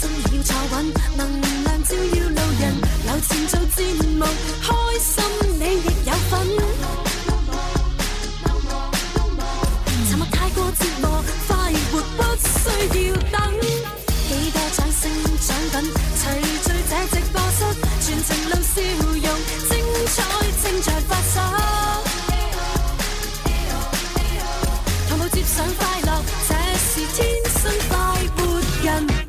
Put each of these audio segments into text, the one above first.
信，能量照耀路人，樓前做節目，開心你亦有份。沉默太過折磨，快活不需要等。幾多掌聲獎品，齊聚這直播室，全程露笑容，精彩正在發生。同步接上快樂，這是天生快活人。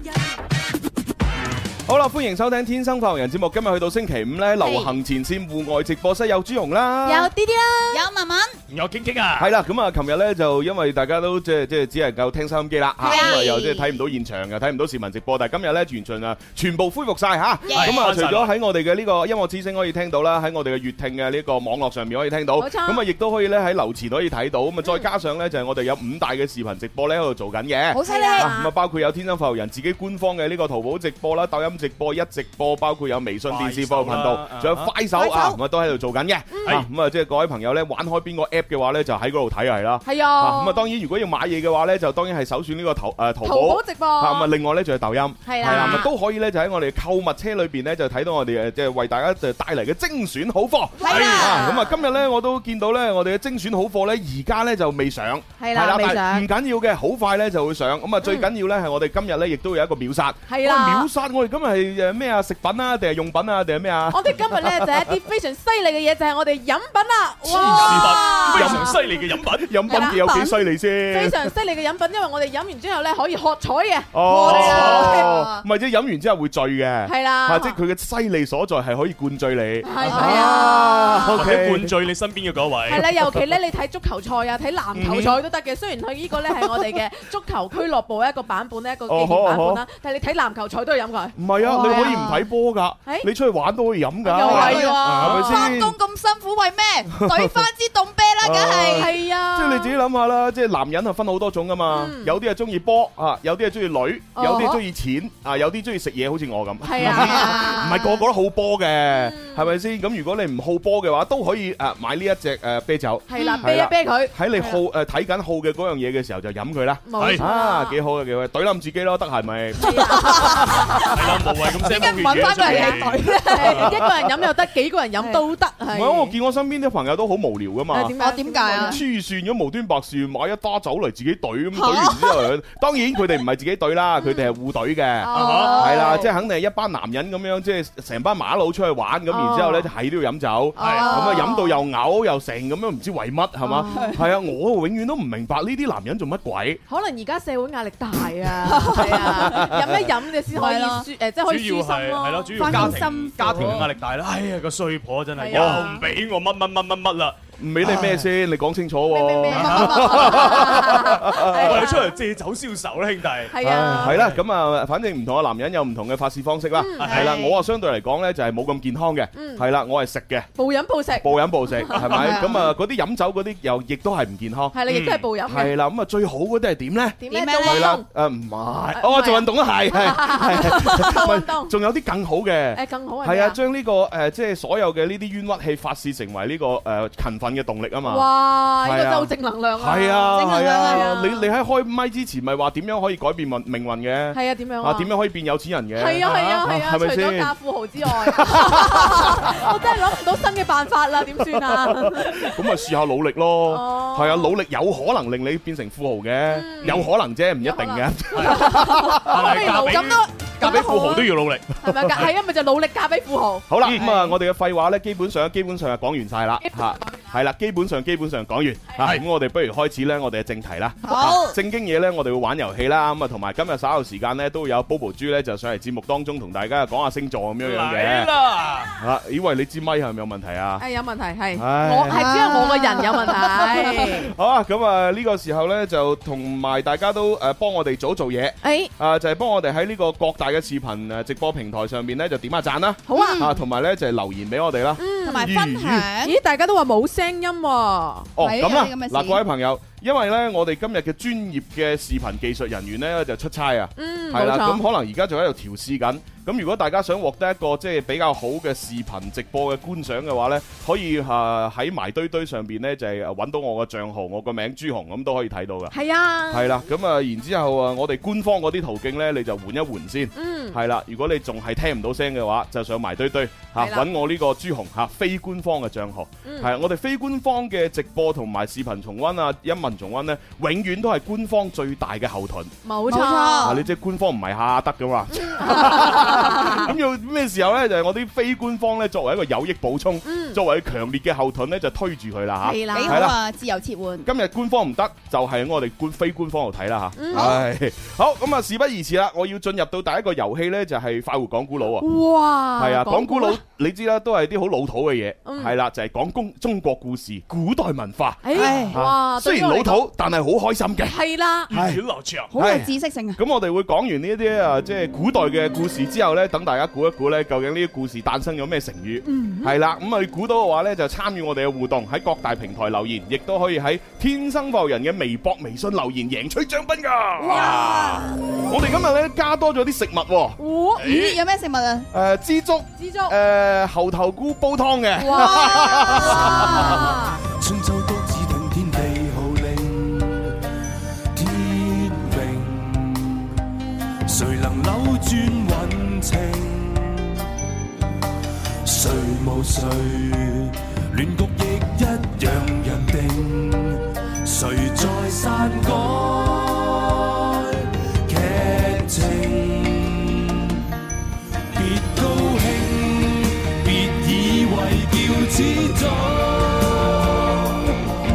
好啦，歡迎收聽《天生快活人》節目。今日去到星期五咧，流行前線戶外直播室有朱紅啦，有啲啲啦，有文文，有傾傾啊，係啦。咁啊，琴日咧就因為大家都即係即係只能夠聽收音機啦，嚇係啊咁啊又即係睇唔到現場又睇唔到市民直播。但係今日咧完全啊全部恢復晒嚇。 Yeah 咁啊，翻除晒咗喺我哋嘅呢個音樂之聲可以聽到啦，喺我哋嘅粵聽嘅呢個網絡上面可以聽到，冇錯咁啊亦都可以咧喺樓前可以睇到。咁啊再加上咧就係我哋有五大嘅視頻直播咧喺度做緊嘅。好犀利啊咁啊，包括有天生浮人自己官方嘅呢個淘寶直播啦、抖音直播、一直播，包括有微信電視服務頻道快手啦，仲有快手快手啊，咁啊都喺度做緊嘅。啊咁啊，即係各位朋友咧，玩開邊個 app 嘅話咧，就喺嗰度睇係啦。係啊啊，咁啊，當然如果要買嘢嘅話咧，就當然係首選呢個淘呃誒淘淘寶寶。直播，啊咁啊，另外咧仲有抖音，係啦係啦，咁啊都可以咧就喺我哋購物車裏邊咧就睇到我哋誒即係為大家就帶嚟嘅精選好貨。係啊啦，咁啊，今日咧我都見到咧，我哋嘅精選好貨咧，而家咧就未上，係啦未但係上唔緊要嘅，好快咧就會上。咁啊，最緊要咧係我哋今日咧亦都有一個秒殺，係啦喂秒殺我哋今日係誒咩啊？食品啊，定係用品啊，定係咩啊？我哋今日咧就係一啲非常犀利嘅嘢，就係我哋飲品啦，哇非常犀利嘅飲品， 飲係啦品有幾品犀利非先？常犀利嘅飲品，因為我哋飲完之後咧可以喝彩啊嘅，係哦啊，唔係即係飲完之後會醉嘅，係啦啊即係佢嘅犀利所在係可以灌醉你。係啊。或者 OK 灌醉你身邊嘅嗰位係。啦，尤其咧你睇足球賽啊，睇籃球嗯賽都得嘅。雖然佢呢個咧係我哋嘅足球俱樂部一個版本咧，一個哦紀念版本啦，但係你睇籃球賽都要飲佢。唔係啊，係你啊可以唔睇波㗎係，你出去玩都可以飲㗎。哎又係喎係咪翻先工？咁辛苦 為咩？懟翻支凍啤啦，梗係。係啊，即係你自己諗下啦，即係男人啊分好多種噶嘛，有啲係中意波啊，有啲係中意女，嗯哦有啲中意錢啊，有啲中意食嘢，好似我咁。唔係啊， 嗯係個個都好波嘅，係咪先？咁如果你唔好波嘅話，都可以誒買呢一隻誒啤酒，係啦，嗯啤一啤佢，喺你好誒睇緊好嘅嗰樣嘢嘅時候就飲佢啦。冇錯啊，啦。幾好嘅幾好嘅，懟冧自己咯，得閒咪。係啦，無謂咁聲解唔揾翻個人嚟嚟懟一個人飲又得，幾個人飲都得。唔係。係，啊我見我身邊啲朋友都好無聊噶嘛。係點我點解 à? 啊黐線咗無端白事買一打酒嚟自己懟咁，懟完之後，當然佢哋唔係自己懟啦，佢哋係互懟嘅。哦係啦，即係肯定係一班男人咁樣，即係成班馬佬出去玩咁，然之後咧就係都要飲酒，咁啊飲到又嘔又成咁樣，唔知為乜係嘛？係啊，我永遠都唔明白呢啲男人做乜鬼。可能而家社會壓力大啊，係啊，飲一飲你先可以係咯舒誒，即係可主以舒要係心係咯，咯。主要家庭家庭嘅壓力大啦。哎呀，個衰婆真係係啊又唔俾我乜乜乜乜乜啦，唔理你咩先，你講清楚喎。我係哋出嚟借酒消愁啦，兄弟。係啊，係啦，咁啊，反正唔同嘅男人有唔同嘅發泄方式啦。係啦，我啊相對嚟講咧就係冇咁健康嘅，係啦，我係食嘅，暴飲暴食， 係暴飲暴食，係咪？咁啊，嗰啲飲酒嗰啲又亦都係唔健康。你亦都係暴飲嘅。係啦，咁啊最好嗰啲係點咧？點點咧？咧做係運啦動，，誒唔係，唔係哦啊做運動都係係。 做運動，仲有啲更好嘅。誒更好係係咩啊，將呢、個誒、即係所有嘅呢啲冤屈氣發泄成為呢、個誒、勤奮嘅動力啊嘛。哇！呢係啊個真係好正能量啊！係啊，正能係量啊啊，你你喺開麥之前咪話點樣可以改變運命運嘅？係啊，點樣啊，點樣可以變有錢人嘅？係啊係啊係啊！係除咪咗嫁先？富豪之外， 我真係諗唔到新嘅辦法啦，點 算啊？咁咪試下努力咯哦。係啊，努力有可能令你變成富豪嘅，有可能啫，唔一定嘅。但係嫁俾咁都嫁俾富豪都要努力。係咪？嫁係啊，咪就努力嫁俾富豪。 好啦，咁啊，我哋嘅廢話咧，基本上基本上係講完晒 啦基，本嚇上係啦，基本上基本上講完嚇，咁我哋不如開始咧，我哋嘅正題啦。好啊正經嘢咧，我哋會玩遊戲啦，咁啊，同埋今日稍後時間咧，都會有 Bobo 豬咧就上嚟節目當中同大家講下星座咁樣樣嗯嚟嘅。啦！嚇，以為你支咪係咪有問題啊？誒有問題係，唉我係只係我個人有問 題。好啊，咁啊呢個時候咧就同埋大家都誒幫我哋做一做嘢。誒啊，就係幫我哋喺呢個各大嘅視頻呃誒直播平台上面咧，就點下讚啦，好啊！啊，同埋咧就係留言俾我哋啦。嗯同埋分享。咦，大家都話冇聲音喎，哦，喂咁啦有啲咁嘅，事嗱，各位朋友，因為咧，我哋今日嘅專業嘅視頻技術人員咧就出差啊，嗯，係冇啦，咁錯，可能而家仲喺度調試緊，咁如果大家想獲得一個即係比較好嘅視頻直播嘅觀賞嘅話呢，可以誒喺埋堆堆上邊呢，就係誒揾到我嘅帳號，我個名朱紅咁都可以睇到噶。係啊，係啦，咁啊，然之後啊，我哋官方嗰啲途徑呢，你就換一換先。嗯，係啦，如果你仲係聽唔到聲嘅話，就上埋堆堆嚇係啦揾我呢個朱紅嚇非官方嘅帳號。嗯係啊我哋非官方嘅直播同埋視頻重温啊、音文重温呢，永遠都係官方最大嘅後盾。冇冇錯錯啊！你即係官方唔係下下得噶 嘛？咁要咩時候呢？就係我啲非官方呢，作為一個有益補充，嗯作為強烈嘅後盾呢，就推住佢啦嚇。係啦幾。好啊，自由切換。今日官方唔得，就係我哋官非官方度睇啦嗯嚇。唉，好咁啊，事不宜遲啦，我要進入到第一個遊戲呢，就係快活講古佬啊！哇！係啊，講古佬啦，你知啦，都係啲好老土嘅嘢，嗯係啦，就係講中中國故事、古代文化。啊哎，哇！雖然老土，但係好開心嘅。係啦，源遠流長。好有知識性啊！咁我哋會講完呢啲啊，即係古代嘅故事之後呢，等大家估一估呢，究竟呢啲故事誕生咗咩成語？係啦，咁啊，你估到嘅話呢，就參與我哋嘅互動，喺各大平台留言，亦都可以喺天生浮人嘅微博、微信留言，贏取獎品㗎。哇！我哋今日呢，加多咗啲食物喎，哇！咦，有咩食物啊？誒枝竹，蜘蛛，誒猴頭菇煲湯嘅。哇！春秋都指定天地號令，天命，誰能扭轉運程？誰無誰，亂局亦一樣人定。誰在篡改劇情？別高興，別以為叫始祖，萬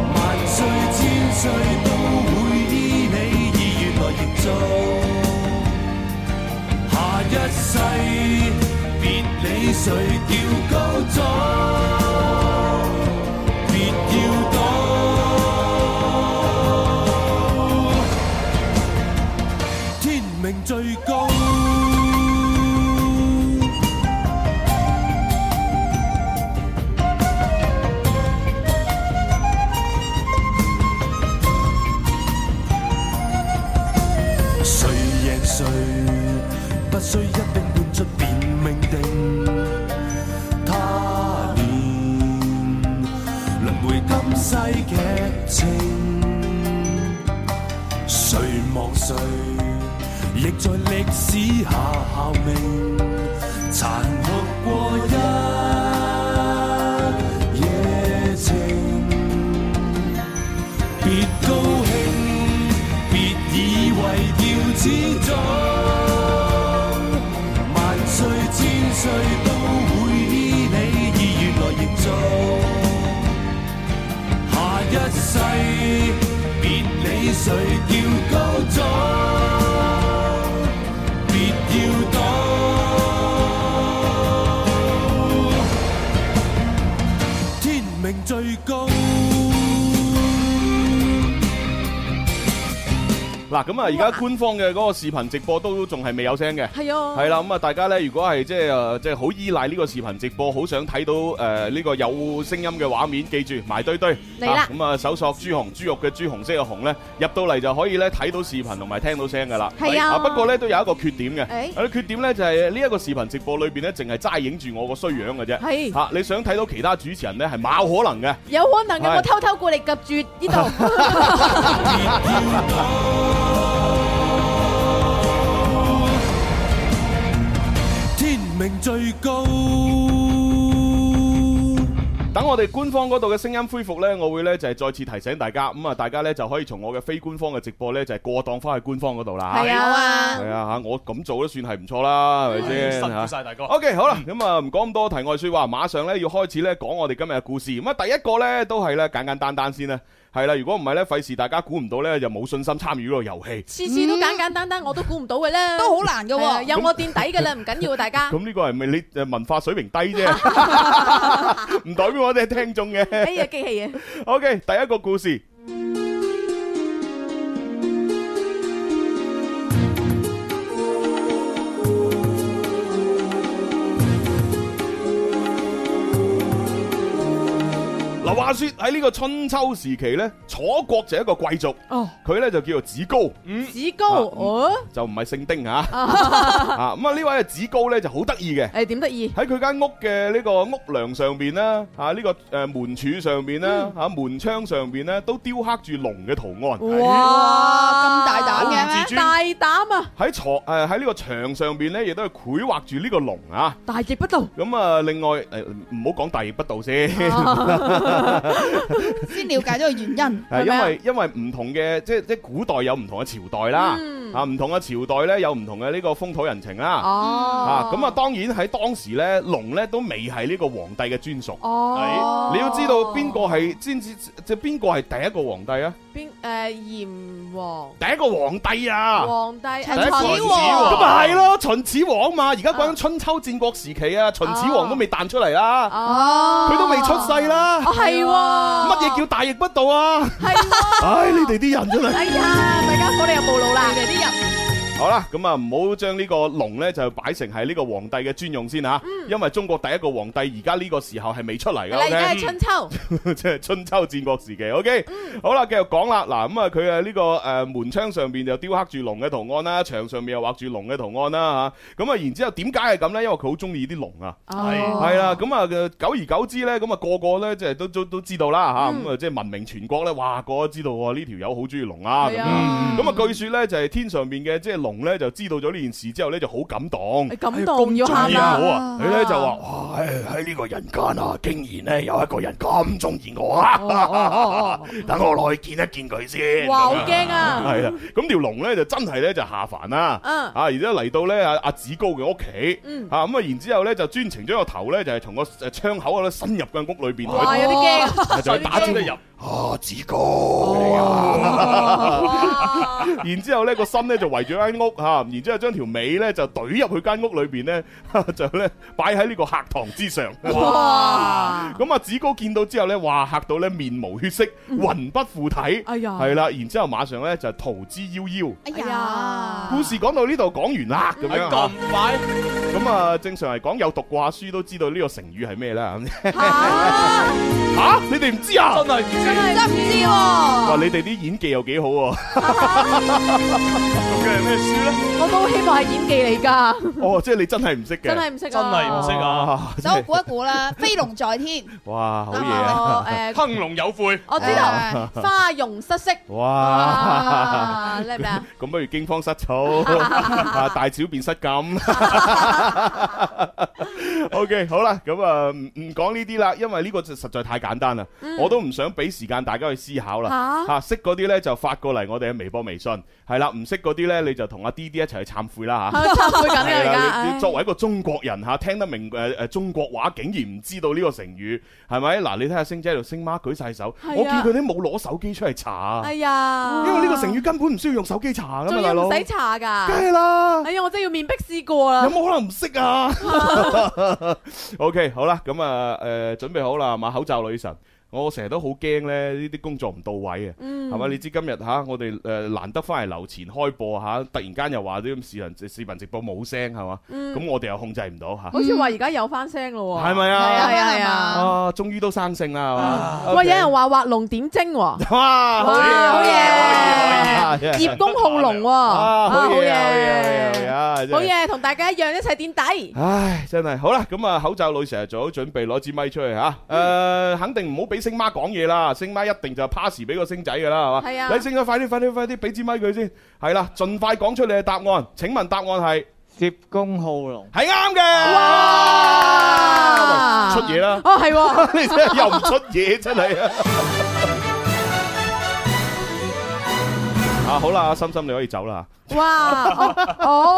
歲千歲都會依你意願來營造。下一世，別理誰叫高祖，別要到天命最高。谁赢谁，不需一定判出便命定。他年轮回今世劇情，誰望誰，亦在歷史下效命。殘酷過一夜情。別高興，別以為要始終，萬歲千歲都會依你意願來營造。下一世，別理誰叫高祖，別要到天命最高。嗱，咁啊，而家官方嘅嗰個視頻直播都仲係未有聲嘅。係啊， 係啦，咁啊，大家呢，如果係即係誒，即係好依賴呢個視頻直播，好想睇到誒呢個有聲音嘅畫面，記住埋堆堆嚟啦啊咁啊，搜索朱紅豬肉嘅朱紅色嘅紅呢，入到嚟就可以呢睇到視頻同埋聽到聲噶啦。哎係啊哎不過呢，都有一個缺點嘅，誒啊缺點呢，就係呢一個視頻直播裏邊呢，淨係齋影住我個衰樣嘅啫。係嚇，你想睇到其他主持人呢，係冇可能嘅。有可能嘅，係我偷偷過嚟夾住呢度，天命最高，等我哋官方嗰度嘅聲音恢復呢，我會呢就係再次提醒大家，咁啊大家呢就可以從我嘅非官方嘅直播呢，就係過檔翻去官方嗰度啦。係啊好啊係，啊嚇，我咁做都算係唔錯啦，係咪先辛苦嚇晒大哥。 ？OK，好啦，咁啊唔講咁多題外説話，馬上呢要開始呢講我哋今日嘅故事。咁啊第一個呢都係呢簡簡單單先啦，係啦，如果唔係呢，費事大家估唔到呢，就冇信心參與呢個遊戲。次次都簡簡單單，我都估唔到嘅咧，都好難噶係啊喎。 有我墊底嘅啦，唔緊要，大 家。咁呢個係咪你誒文化水平低 啫？唔代表我哋係聽眾嘅。哎呀，機器嘢， OK，第一個故事。嗱，喂，話說喺呢個春秋時期呢，楚國就一個貴族，哦，佢呢就叫做子高，子高，啊嗯哦，就唔係姓丁嚇。啊咁啊呢位嘅子高呢就好得意嘅。誒點得意？喺佢間屋嘅呢個屋梁上邊啦，啊呢、個誒、呃、門柱上邊啦，嗯嚇、門窗上邊咧都雕刻住龍嘅圖案。哇，哇咁大 Ờ. 膽嘅咩好自尊大膽啊，喺床誒喺呢個牆上邊咧，亦都係繪畫住呢個龍啊！大逆不道。咁啊，另外誒唔好講大逆不道先，哦 先了解咗個原因。係係咪因啊為因為唔同嘅即即古代有唔同嘅朝代啦，嗯啊唔同嘅朝代咧有唔同嘅呢個風土人情啦，啊哦，咁啊，當然喺當時咧龍咧都未係呢個皇帝嘅啊專屬。哦，你要知道邊個係先至即邊個係第一個皇帝啊？邊誒炎黃第一個皇帝啊！皇帝秦第一個始秦始皇咁咪係咯，秦始皇嘛，而家講緊春秋戰國時期啊，秦始皇都未彈出嚟啦，哦，佢都未出世啦，哦係乜喎，嘢叫大逆不道啊？係喎？唉，你哋啲人真 係。哎呀，大家伙你又暴露啦，你哋啲人好啦，咁啊唔好將呢個龍呢就擺成係呢個皇帝嘅專用先吓，因為中國第一個皇帝而家呢個時候係未出嚟係啦，而家噶係春秋， ，OK，即係春秋戰國時期，OK。好嗯啦，繼續講啦，嗱咁啊佢啊呢個诶門窗上邊就雕刻住龍嘅圖案啦，牆上面又畫住龍嘅圖案啦吓，咁啊然之後點解係咁呢？因為佢好中意啲龍啊。哦係啦，咁啊，嘅久而久之咧，咁啊個個咧，即係都都都知道啦嗯吓，咁啊即係聞名全國咧，哇個個都知道喎，呢條友好中意龍啊咁係樣。啊，咁啊，據說咧就係天上邊嘅即係龍咧，就知道咗呢件事之後咧，就好感動。你感動要喊 à. 哎呀好啦，啊！佢咧就話：哇！喺呢個人間啊，竟然咧有一個人咁中意我哦啊！ 等我落去見一見佢先。哇，好驚啊！係啊，咁條龍咧就真係咧就下凡啦。嗯，啊，然之後嚟到咧阿阿子高嘅屋企，嗯啊咁啊，然之後咧就專程將個頭咧就係從個誒窗口嗰度伸入間屋裏邊哇，有去，啲驚啊。就係打中水晶啊子哦高， 然之後咧個心咧就圍住間屋嚇，然之後將條尾咧就懟入去間屋裏邊咧， 就咧擺喺呢個客堂之上。哇！咁啊，子高見到之後咧，哇嚇到咧面無血色，魂不附體，哎呀係啦，然之後馬上咧就逃之夭夭。哎哎呀呀，故事講到呢度講完啦，咁樣嚇哎咁快，咁啊，正常嚟講，有讀過下書都知道呢個成語係咩啦。嚇吓，你哋唔知啊？真係唔知真係唔知喎，哇，你哋啲演技又幾好喎！佢係咩書咧？我都希望係演技嚟㗎，哦，即係你真係唔識嘅，真係唔識啊，真係唔識啊！哇走，我估一估啦，飛龍在天，哇，好 Ờ, 嘢啊！哦誒，亢龍有悔，我知道誒花容失色，À. 哇，啊，叻唔叻啊？咁不如驚慌失措，啊大小便失禁。OK，好啦，咁啊，唔唔講呢啲啦，因為呢個就實在太簡單啦，我都唔想俾時間大家去思考啦。嚇，識嗰啲呢就發過嚟我哋嘅微博、微信，係啦，唔識嗰啲呢，你就同阿 D D 一齊去懺悔啦嚇。係懺悔緊嘅係而家啦，你唉你，作為一個中國人嚇，聽得明誒誒中國話，竟然唔知道呢個成語，係咪？嗱，你睇下星姐喺度，星媽舉晒手，係啊我見佢哋冇攞手機出嚟查啊哎，呀，因為呢個成語根本唔需要用手機查噶仲嘛，要大佬唔，使查㗎，梗係啦。哎呀，我真係要面壁思過啦有。冇可能唔識啊 ？OK，好啦，咁啊，誒，準備好啦，係嘛？口罩女神，我成日都好驚咧，呢啲工作唔到位啊，係咪？你知今日吓，我哋誒難得翻嚟樓前開播吓，突然間又話啲咁視頻視頻直播冇聲係嘛？咁我哋又控制唔到吓，好似話而家有翻聲咯喎，係咪係啊啊？係啊係啊！啊，終於都生性啦，係嘛？喂，有人話畫龍點睛喎， 哇，好嘢哇好啊，嘢葉公好龍喎，啊，啊好嘢，好嘢，好嘢，啊真係好嘢，同大家一樣一齊墊底。唉，真係好啦，咁啊，口罩女成日做好準備，攞支咪出去吓，Ờ, 誒、Ừ. 肯定唔好俾星媽講嘢啦，星媽一定就 pass 俾個星仔噶啦，係嘛？係啊你星仔快啲，快啲，快啲，俾支咪佢先，係啦，盡快講出你嘅答案。請問答案係接公好龍，係啱嘅。哇喂出嘢啦！ 哦，係喎，你真係又唔出嘢，真係 啊！啊，好啦，阿心心你可以走啦。哇，哦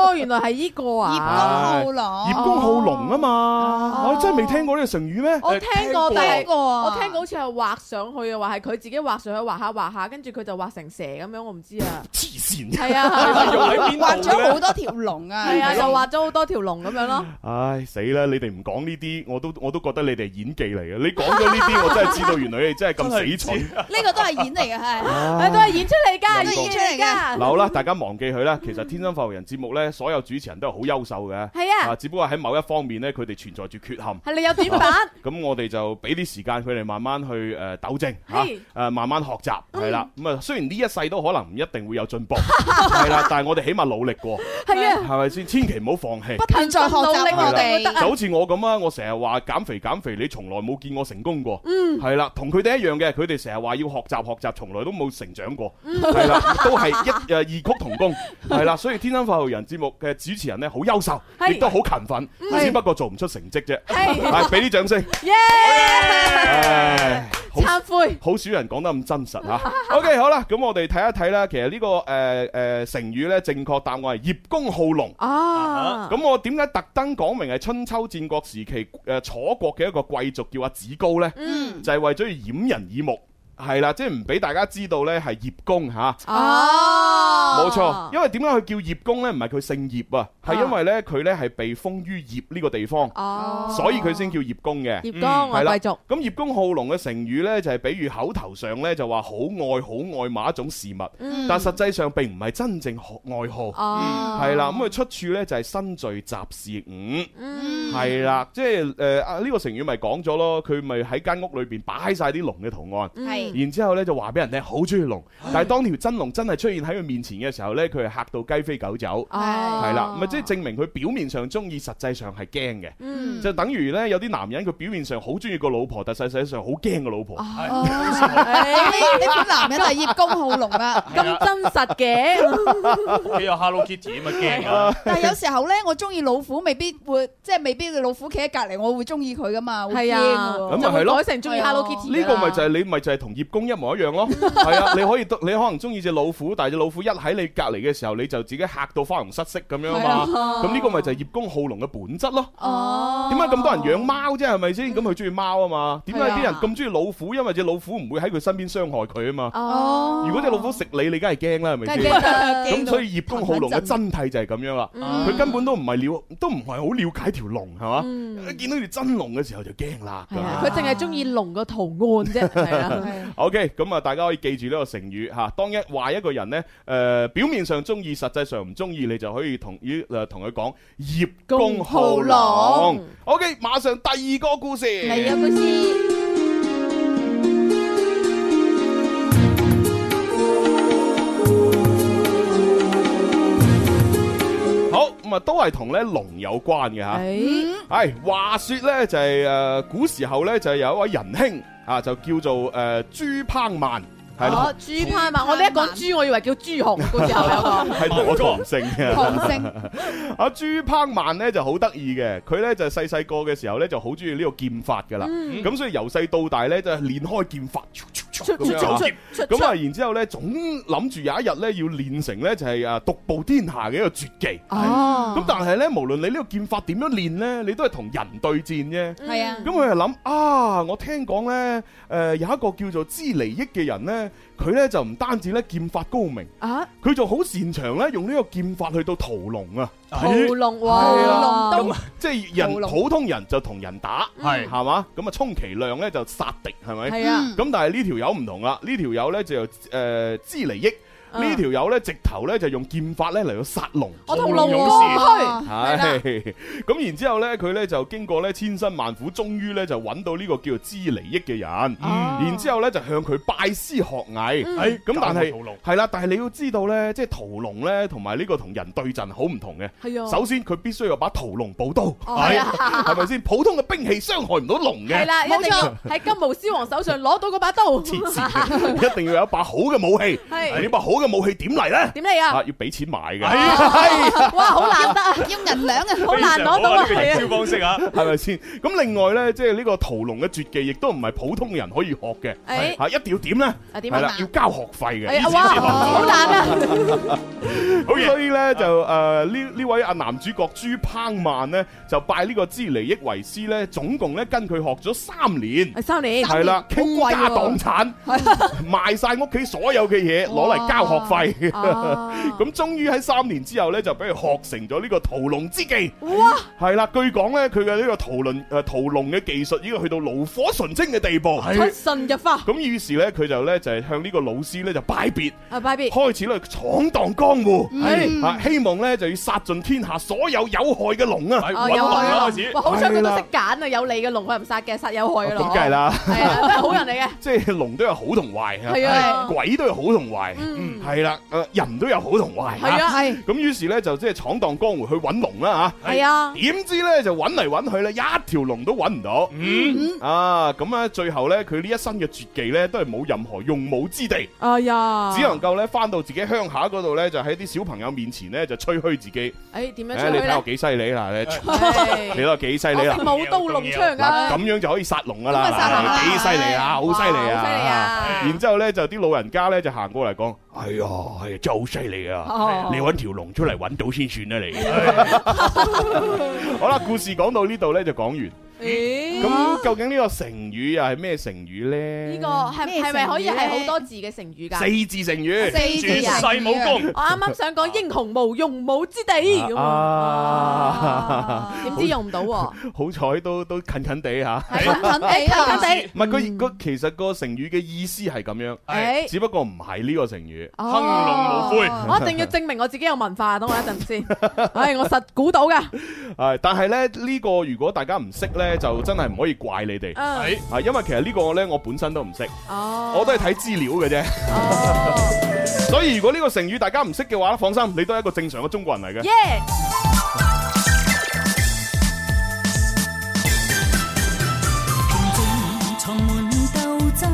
哦，原來係依個葉公啊，好龍葉。公好龍啊嘛，我真係未聽過呢個成語咩？我聽過，但聽係過啊！我聽過好似係畫上去嘅，話係佢自己畫上去，畫下畫下，跟住佢就畫成蛇咁樣，我唔知啊。黐線 係啊，用喺邊畫度嘅咗咧好？多條龍啊！係啊，又畫咗好多條龍咁樣咯。唉，死啦！你哋唔講呢啲，我都我都覺得你哋係演技嚟嘅。你講咗呢啲，我真係知道原來你哋真係咁 死蠢。呢個都係演嚟嘅，係誒，都係演出嚟㗎，啊兩個演出嚟㗎。嗱好啦，大家忘記佢咧，其實《天生發育人》節目咧，所有主持人都係好優秀嘅，係啊只不過喺某一方面咧，佢哋存在住缺陷。係你有短板，咁我哋就俾啲時間佢哋慢慢去誒糾正嚇，係誒、慢慢學習嗯係啦。咁啊，雖然呢一世都可能唔一定會有進 步，係啦，但係我哋起碼努力過，係啊，係咪先？千祈唔好放棄。不停再學努力習我哋得 就啊好似我咁啊，我成日話減肥減肥，你從來冇見我成功過，嗯係啦，同佢哋一樣嘅，佢哋成日話要學習學習，從來都冇成長過，嗯係啦，都係一誒異曲同 工，係啦，所以《天生發育人》節目嘅主持人咧好優秀，係嗯亦都好勤奮，只不過做唔出成績啫，係係俾啲掌 聲，唉好懺悔，好少人講得咁真實嚇。OK，好啦，咁我哋睇一睇啦。其實呢、個誒誒、呃成語咧，正確答案係葉公好龍。啊，咁我點解特登講明係春秋戰國時期誒、呃楚國嘅一個貴族叫阿子高呢？嗯，就係為咗要掩人耳目，係啦，即係唔俾大家知道呢係葉公嚇。哦冇錯，因為點解佢叫葉公呢？唔係佢姓葉啊，係因為呢，佢呢係被封於葉呢個地方，哦，所以佢先叫葉公嘅。葉剛啊，係啦貴族，咁葉公好龍嘅成語呢，就係、比喻口頭上呢，就話好愛好愛某一種事物，嗯但實際上並唔係真正學愛好，哦，係啦、咁佢出處呢，就係、新罪雜事五，嗯，係啦，即係誒啊呢個成語咪講咗咯，佢咪喺間屋裏邊擺晒啲龍嘅圖嗯案。係然之後呢，就話俾人聽好中意龍，啊但係當條真龍真係出現喺佢面前嘅時候呢，佢係嚇到雞飛狗走，哦，係啦，啊咪即係證明佢表面上中意，實際上係驚嘅。Ừ. 嗯，就等於咧，有啲男人佢表面上好中意個老婆，但實際上好驚個老婆。哦 Ờ. 呢呢係款男人就係葉公好龍啦。咁真實嘅，佢有 Hello Kitty à? 咁啊驚啊！但係有時候咧，我中意老虎，未必會即係未必老虎企喺隔離，我會中意佢噶嘛，會係驚啊，㗎咁喎。咪係就咯會改成中意係啊 Hello Kitty 㗎呢個咪就啦係你咪就係同葉公一模一樣 咯，係啊，你可以你可能中意只老虎，但係只老虎一喺你隔離嘅時候，你就自己嚇到花容失色咁樣嘛。啊咁呢個咪就係葉公好龍嘅本質咯。哦，點解咁多人養貓啫？係咪先？咁佢中意貓啊嘛。點解係啊啲人咁中意老虎？因為只老虎唔會喺佢身邊傷害佢啊嘛。哦，如果只老虎食你，你梗係驚啦，係咪梗係先？驚咁所以葉公好龍嘅真諦就係咁樣啦。嗯佢根本都唔係了，都唔係好了解條龍，係嘛？嗯見到條真龍嘅時候就驚啦。咁係啊，樣佢淨係中意龍個圖 案啫，係啦， OK，咁啊，大家可以記住呢個成語嚇。當一話一個人呢，誒、表面上中意，實際上唔中意，你就可以同於誒同佢講葉公好公好龍龍。 OK，馬上第二個故事。係啊，佢先。好咁啊，都係同咧龍有關嘅嚇。誒，係話說呢，就係、誒古時候呢，就有一位仁兄啊，就叫做誒朱烹曼，係啦哦，豬攀嘛，我呢一講豬，我以為叫豬紅，嗰時 候有個。係我同姓 嘅。哦唐性阿朱烹曼咧就好得意嘅，佢咧就細細個嘅時候咧就好中意呢個劍法噶啦，嗯咁、所以由細到大咧就係練開劍法，咁樣啊咁啊，然之後咧總諗住有一日咧要練成咧就係啊獨步天下嘅一個絕技。哦咁但係咧，無論你呢個劍法點樣練咧，你都係同人對戰啫。係啊咁佢就諗啊，我聽講咧，誒、有一個叫做支離益嘅人咧，佢咧就唔單止咧劍法高明，啊，佢仲好擅長咧用呢個劍法去到屠龍啊。屠龍係哇，啦龍咁即係人屠龍普通人就同人打，係係嘛？咁啊，充其量咧就殺敵，係咪？係啊，嗯咁但係呢條友唔同啦，呢條友咧就誒知離益，啊呢條友咧直頭咧就用劍法咧嚟到殺龍。我同龍龍勇士過 去，係，咁然之後呢，佢呢就經過呢千辛萬苦，終於呢就揾到呢個叫做知離益嘅人，哦然之後呢就向佢拜師學藝。嗯哎係咁但屠龍係係啦，但係你要知道呢，即係屠龍呢，同埋呢個同人對陣好唔同嘅。係啊，首先佢必須有把屠龍寶刀，係啊係咪先？普通嘅兵器傷害唔到龍係嘅，啦，一定要喺金毛獅王手上攞到嗰把刀，黐線， 一定要有一把好嘅武器。啊係呢把好嘅武器點嚟呢？點嚟啊哦啊，？要俾錢買哎嘅，呀哇，好難 得啊！要銀兩啊！好難攞到啊非常好呢個營銷方式啊！係咪先？咁另外呢，即係呢個屠龍嘅絕技，亦都唔係普通人可以學嘅。誒，吓一定要點呢？哎啊點係啦啊，？要交學費係嘅。啊，哇，好難啊！咁所以呢，就诶呢呢位阿男主角朱烹曼呢，就拜呢個支離益為師呢，總共呢跟佢學咗三年。哎係三年，係啦，三傾年好貴家喎啊蕩產，賣晒屋企所有嘅嘢攞嚟交交學費。哦。咁終於喺三年之後咧，就俾佢學成咗呢個屠龍之技。哇！係啦，據講咧，佢嘅呢個屠龍誒屠龍嘅技術已經去到爐火純青嘅地步。出神入化，咁於是咧，佢就咧就係向呢個老師咧就拜別，啊拜別，開始咧闖蕩江湖，嗯啊希望咧就要殺盡天下所有有害嘅龍啊！哦搵龍有害啦嘅開始龍，哇好想佢都識揀啊，有利嘅龍佢唔殺嘅，殺有害嘅咁龍，梗係，啦， 係啊，都係好人嚟嘅，即係龍都有好同壞係啊鬼都有好同壞，Ừ. 嗯係啦，誒人都有好同壞，係啊，係咁於是咧就即係闖蕩江湖去揾龍啦嚇。係啊，點知咧就揾嚟揾去咧，一條龍都揾唔到。Ừ. 嗯啊，咁啊，最後咧佢呢一身嘅絕技咧都係冇任何用武之地，哎呀，只能夠咧翻到自己鄉下嗰度咧，就喺啲小朋友面前咧就吹噓自己。誒哎點樣誒，出你去睇我咧？幾犀利啦！你你睇係我幾犀利我啦識！舞刀弄槍嗱，㗎，咁樣就可以殺龍噶啦咁啊殺龍，啦幾犀利啊！好犀利哇好犀利啊！啊！然之後咧就啲老人家咧就行過嚟講：哎呀，係啊真係好犀利啊！哦你揾條龍出嚟揾到先算啦，你。 好啦，故事講到呢度咧就講完。咦咁究竟呢個成語又係咩成語咧？呢個係咩係咪可以成語係呢好多字嘅成語㗎？四字成語。四絕字人世武功，我啱啱想講英雄無用武之地咁啊 Ờ. 啊，點知用唔到喎？好彩都都近近地吓，近近地啊，近唔係佢佢其實個成語嘅意思係咁樣，誒，只不過唔係呢個成語。哦亨龍無悔我一定要證明我自己有文化，等我一陣先。唉，我實估到㗎。係，啊但係咧呢個如果大家唔識咧，就真係唔可以怪你哋。嗯，係啊，因為其實呢個咧我本身都唔識，哦，我都係睇資料嘅啫。哦 所以如果呢個成語大家唔識嘅話，放心，你都係一個正常嘅中國人嚟嘅。耶！平靜藏滿鬥爭，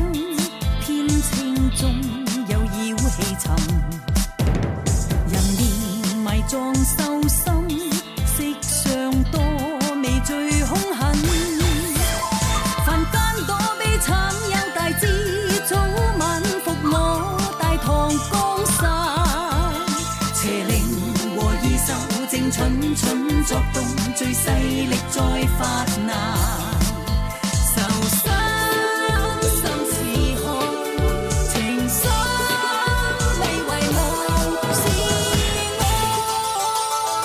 偏清中有妖氣沉。人面埋葬獸心，色相多未最兇狠。凡間躲避慘忍大志，早晚服我大唐江山。邪靈和異獸正蠢蠢作動，最勢力在發難。受傷心是寒，情傷未為無是愛。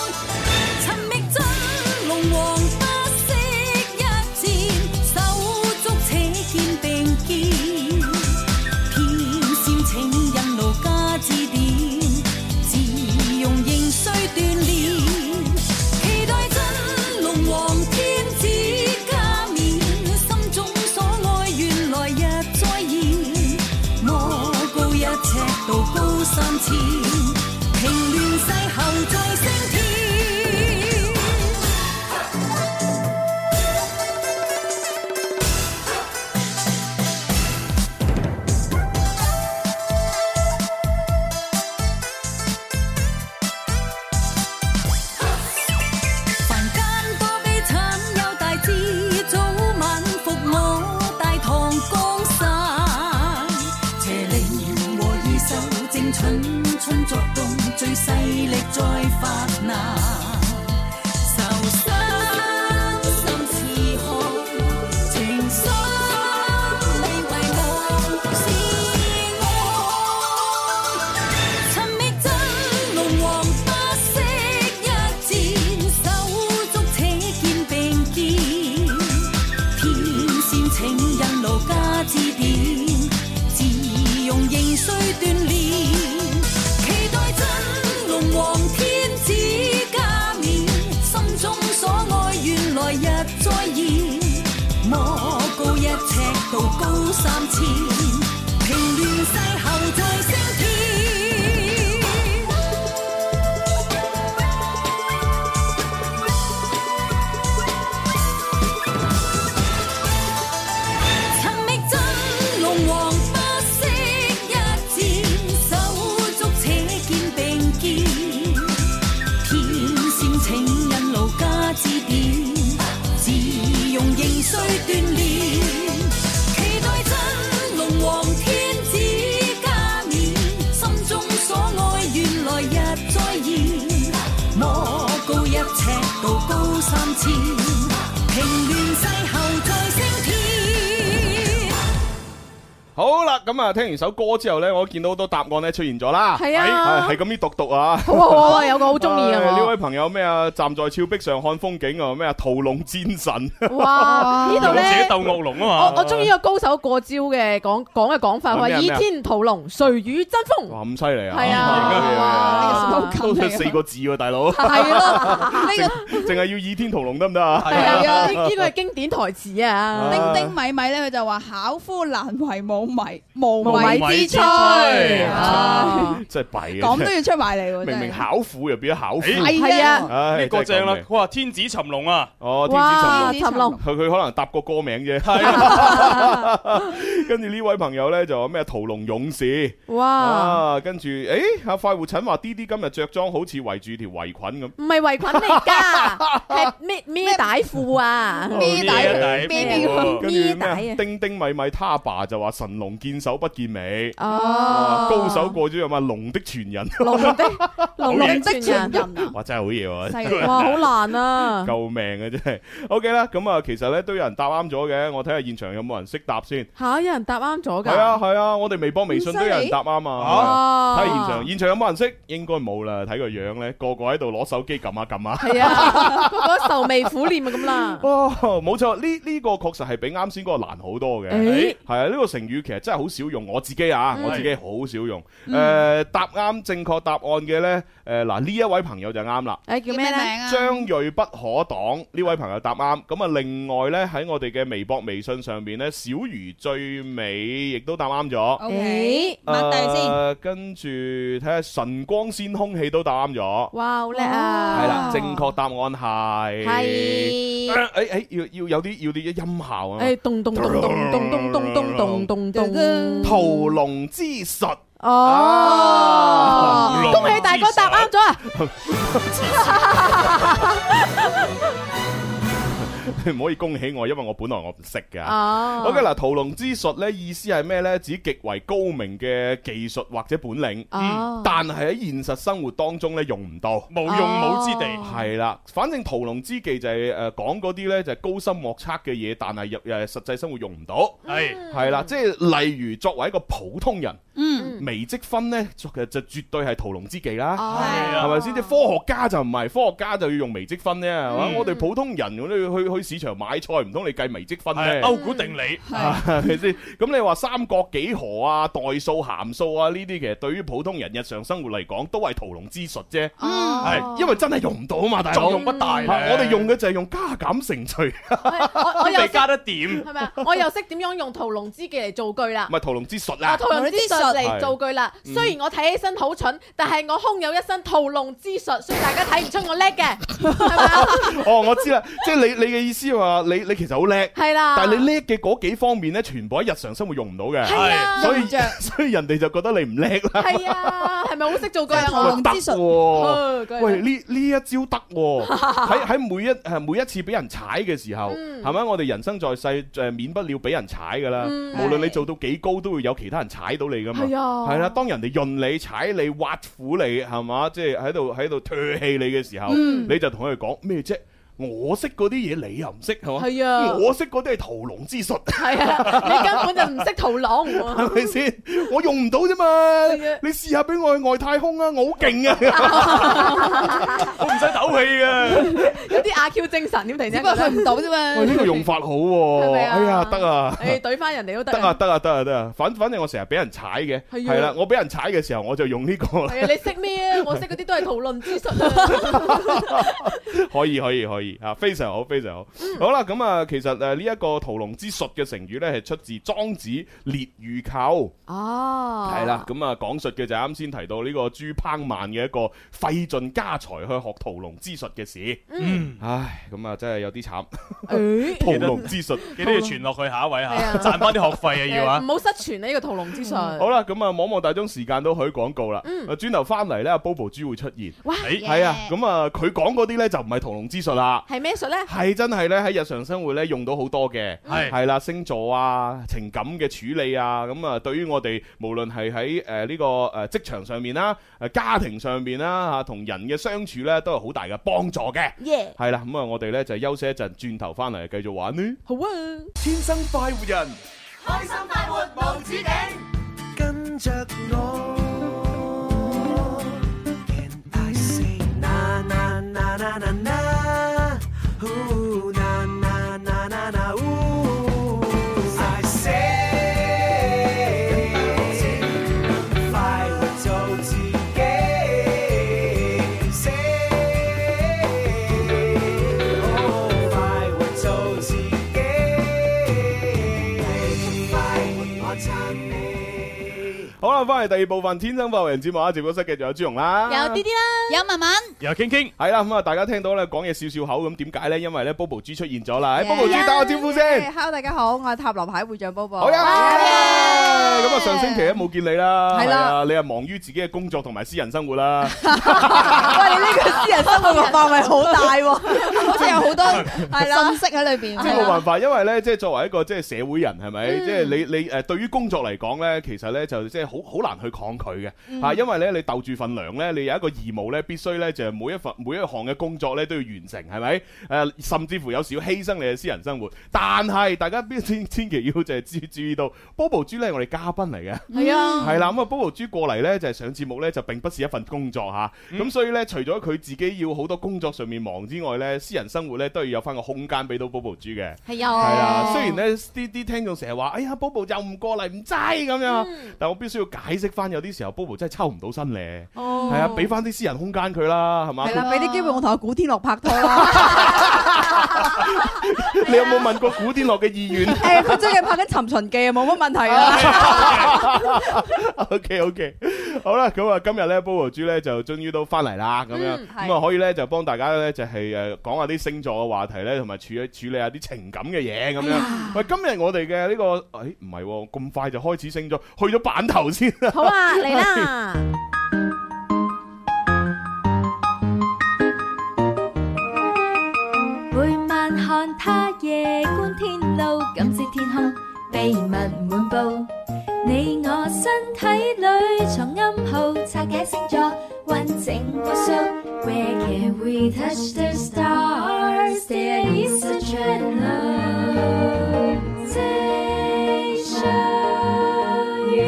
尋覓真龍王不惜一戰，手足且肩並肩。偏善請引路加指點，自用仍需鍛鍊。期待真龍王天子加冕，心中所愛原來日再現。魔高一尺，道高三千，平亂世後再升天。凡間多悲慘有大志，早晚服我大唐江山。邪靈和異獸正蠢蠢作動，最勢力在發難。受傷心似寒，情傷未為無是愛。尋覓真龍王不惜一戰，手足且肩並肩。天線請引路加指點，自用仍需鍛鍊。期待真龍王天子加冕，心中所愛原來日再現。魔高一尺，道高三千，平亂世後再升天。尋覓真龍王不惜一戰，手足且肩並肩。天線請引路加指點，自用仍需鍛鍊。期待真龍王天子加冕，心中所愛原來日再現。魔高一尺，道高三千，平亂世後再升天。好啦，咁啊，聽完首歌之後呢，我見到好多答案咧出現咗啦。係啊係係咁啲讀讀啊。好啊好啊，有個好中意唉啊呢我位。朋友咩啊？站在峭壁上看風景啊，咩啊？屠龍戰神。 哇！呢度自己咧。鬥惡龍啊我嘛。我中意個高手過招嘅講講嘅講法，佢話咩啊倚咩啊天屠龍，誰與爭鋒？哇，咁犀利啊！係 Ờ. 啊，哇哇呢個 slogan 都出四個字喎，大佬，淨係咯，呢淨係要倚天屠龍得唔得啊？係啊係啊，呢呢個係經典台詞個啊！丁丁米米咧，佢就話巧夫難為無米無無米米之之炊，炊 À. 啊真係弊啊！咁都要出埋嚟明喎，明真係巧婦又變咗巧婦，咦係啊，唉呢個正啦真係講，佢話天子尋龍啊，你哦，天子沉哇，龍。天子沉沉龍龍佢佢可能搭個歌名啫， 跟住呢位朋友咧就話咩屠龍勇士哇，啊，跟住誒阿快活陳話 D D 今日着裝好似圍住條圍裙咁，唔係圍裙嚟㗎，係咩咩帶褲啊？呢咩底個底咩褲跟咩住帶咩啊丁丁米米他爸就話神龍見首不見尾，哦，高手過招又話龍的傳人，龍的龍龍的的傳傳人，Dạ. 人啊， 哇真係好嘢喎！犀利哇，好難啊！救命啊！真係 OK 啦，咁啊，其實咧都有人答啱咗嘅，我睇下現場有冇人識答先。吓，有人答啱咗㗎。係啊係啊，我哋微博、微信咁犀都利有人答啱啊！睇哇，下現場，現場有冇人識？應該冇啦，睇個樣咧，個個喺度攞手機撳下撳下。係啊，個個愁眉苦臉啊 咁啦。哦，冇錯，呢呢個確實係比啱先嗰個難好多嘅。誒係啊，呢個成語其實真係好少用，我自己啊，嗯我自己好少用。嗯誒，答啱正確答案嘅呢，誒嗱呢一位朋友就啱啦。誒叫咩名咧？啊？張鋭不可擋呢位朋友答啱，咁啊另外呢，喺我哋嘅微博、微信上邊呢，小魚最美亦都答啱咗。 O K，擘大先，誒跟住睇下神光鮮空氣都答啱咗，哇，好叻哇啊！係啦，正確答案係誒係誒誒要要有啲要啲音效啊！誒，咚咚咚咚咚咚咚咚咚咚咚。屠龍之術，哦屠，龍恭喜大哥答啱咗啊！ 唔可以恭喜我，因為我本來我唔識㗎。哦 OK 嗱，屠龍之術呢意思係咩呢？指極為高明嘅技術或者本領。哦，但係喺現實生活當中咧用唔到。無用武之地。哦係啦，反正屠龍之技就係誒講嗰啲咧就係高深莫測嘅嘢，但係入誒實際生活用唔到。係係啦，即係例如作為一個普通人，嗯，微積分咧就就絕對係屠龍之技啦，係啊係咪先？即係科學家就唔係，科學家就要用微積分啫，係嘛？我哋普通人我哋去去市場買菜，唔通你計微積分係咩？ 歐股定理，係係咪先？咁你話三角幾何啊、代數、函數啊呢啲，其實對於普通人日常生活嚟講，都係屠龍之術啫。哦嗯係，因為真係用唔到啊嘛，大佬。作用不大咧。係我哋用嘅就係用加減乘除，唔我我都又未識加得點，係咪啊？我又識點樣用屠龍之技嚟造句啦。係屠龍之術啊我 啦。屠龍之術嚟造句啦。雖然我睇起身好蠢，但係我胸有一身屠龍之術，所以大家睇唔出我叻嘅，係咪啊？哦，我知啦，即係你你嘅意思話你你其實好叻，係啦。但係你叻嘅嗰幾方面咧，全部喺日常生活用唔到嘅，係啊，所以用唔着 所以人哋就覺得你唔叻 啦。係啊，係咪好識造句啊？即係屠我龍得之術喎。哦句 喂，呢呢一招得喎，喺喺每一誒每一次俾人踩嘅時候，嗯係咪？我哋人生在世誒免不了俾人踩㗎啦，嗯無論你做到幾高，都會有其他人踩到你㗎嘛。係啊，係啦，當人哋潤你、踩你、挖苦你，係嘛？即係喺度喺度唾棄你嘅時候，嗯你就同佢哋講咩啫？我識嗰啲嘢，你又唔識係嘛？係啊我識嗰啲係屠龍之術，係啊，你根本就唔識屠 龍。係咪先？我用唔到啫嘛啊！你試下俾我去外太空啊！我好勁啊！我唔使唞氣嘅。有啲阿 Q 精神添，突然只不之過間覺去得，唔到啫 嘛。喂，呢個用法好喎！係咪啊哎呀，得啊！誒懟翻人哋 都得得啊啊。得啊得啊得啊！反反正我成日俾人踩嘅，係啊係啦，我俾人踩嘅時候我就用呢個啦，係啊，你識咩啊？我識嗰啲都係屠龍之術 啊。可以可以可以啊，非常好非常好。嗯好啦，咁啊，其實誒呢一個屠龍之術嘅成語呢，係出自《莊子·列御寇》，哦，係啦，咁啊講述嘅就係啱先提到呢個朱烹曼嘅一個費盡家財去學屠龍之術嘅事。嗯，唉，咁啊真係有啲慘，誒。屠龍之術。記得要傳落去下一位係嚇，啊賺翻啲學費啊要誒 啊唔。好失傳呢個屠龍之術。好啦，咁啊，望望大鐘時間都許廣告啦。啊，轉頭翻嚟呢阿，Bobo 豬會出現。誒係啊，咁啊，佢講嗰啲呢，就唔係屠龍之術啦。係咩術咧？係真係咧喺日常生活咧用到好多嘅，係係啦星座啊、情感嘅處理啊，咁啊對於我哋無論係喺誒呢個誒職場上面啦、誒家庭上面啦嚇，同人嘅相處咧都有好大嘅幫助嘅。耶，係啦，咁啊我哋咧就休息一陣，轉頭翻嚟繼續玩呢。好啊！天生快活人，开心快活无止境。跟着我。And I say na na na na na na, ooh na na na na na ooh. I say 快活做自己，say 哦快活做自己，快活我撐你。好啦，翻嚟第二部分《天生發人》節目啊，直播室嘅仲有朱容啦，有啲啲啦，有文文，又傾傾，係啦，咁啊，大家聽到咧講嘢笑笑口咁，點解咧？因為咧 Bobo 豬出現咗啦，誒 Yeah ，Bobo 豬打個招呼先， Hello，大家好，我係塔羅牌會長 Bobo。好呀，咁啊，上星期咧冇見你啦，係啦啊，你係忙於自己嘅工作同埋私人生活啦，喂，你呢個私人生活嘅範圍好大喎。即係有好多信息喺裏邊。即係冇辦法，因為咧，即係作為一個即係社會人係咪？即係你你誒對於工作嚟講咧，其實咧就即係好好難去抗拒嘅嚇，因為咧你鬥住份糧咧，你有一個義務咧，必須咧就係每一份每一項嘅工作咧都要完成係咪？誒，甚至乎有時要犧牲你嘅私人生活，但係大家必千千祈要就係注 注意到，Bobo 豬咧係我哋嘉賓嚟嘅。係 Dạ. 啊。係啦，咁啊，Bobo 豬過嚟呢，就係上節目呢，就並不是一份工作吓，咁、所以呢，除咗佢自己要好多工作上面忙之外呢，私人生活呢，都要有翻個空間俾到 Bobo 豬嘅。係啊，哦係啊，雖然呢啲啲聽眾成日話，哎呀，Bobo 又唔過嚟唔制咁樣，嗯但我必須要解釋翻，有啲時候 Bobo 真係抽唔到身咧，哦係啊，俾翻啲私人空間佢啦，係嘛哦係？啦，俾啲機會我同阿古天樂拍拖啦。 你有冇問過古天樂嘅意願 誒，佢最近拍緊《尋秦記》啊，冇乜問題啊。 ？OK OK，好啦，咁啊，今日呢 Bobo 豬呢，就終於都翻嚟啦，咁樣。嗯咁啊，可以咧就幫大家咧就係誒講下啲星座嘅話題咧，同埋處理處理下啲情感嘅嘢咁哎樣。喂，今日我哋嘅呢個，誒唔係喎，咁快就開始升咗，去咗版頭先啦。好 啊，嚟啦！每晚看他夜觀天路，感知天空秘密滿布。你我身體裏藏暗號，拆解星座完整無數。Where can we touch the stars? There is a translation.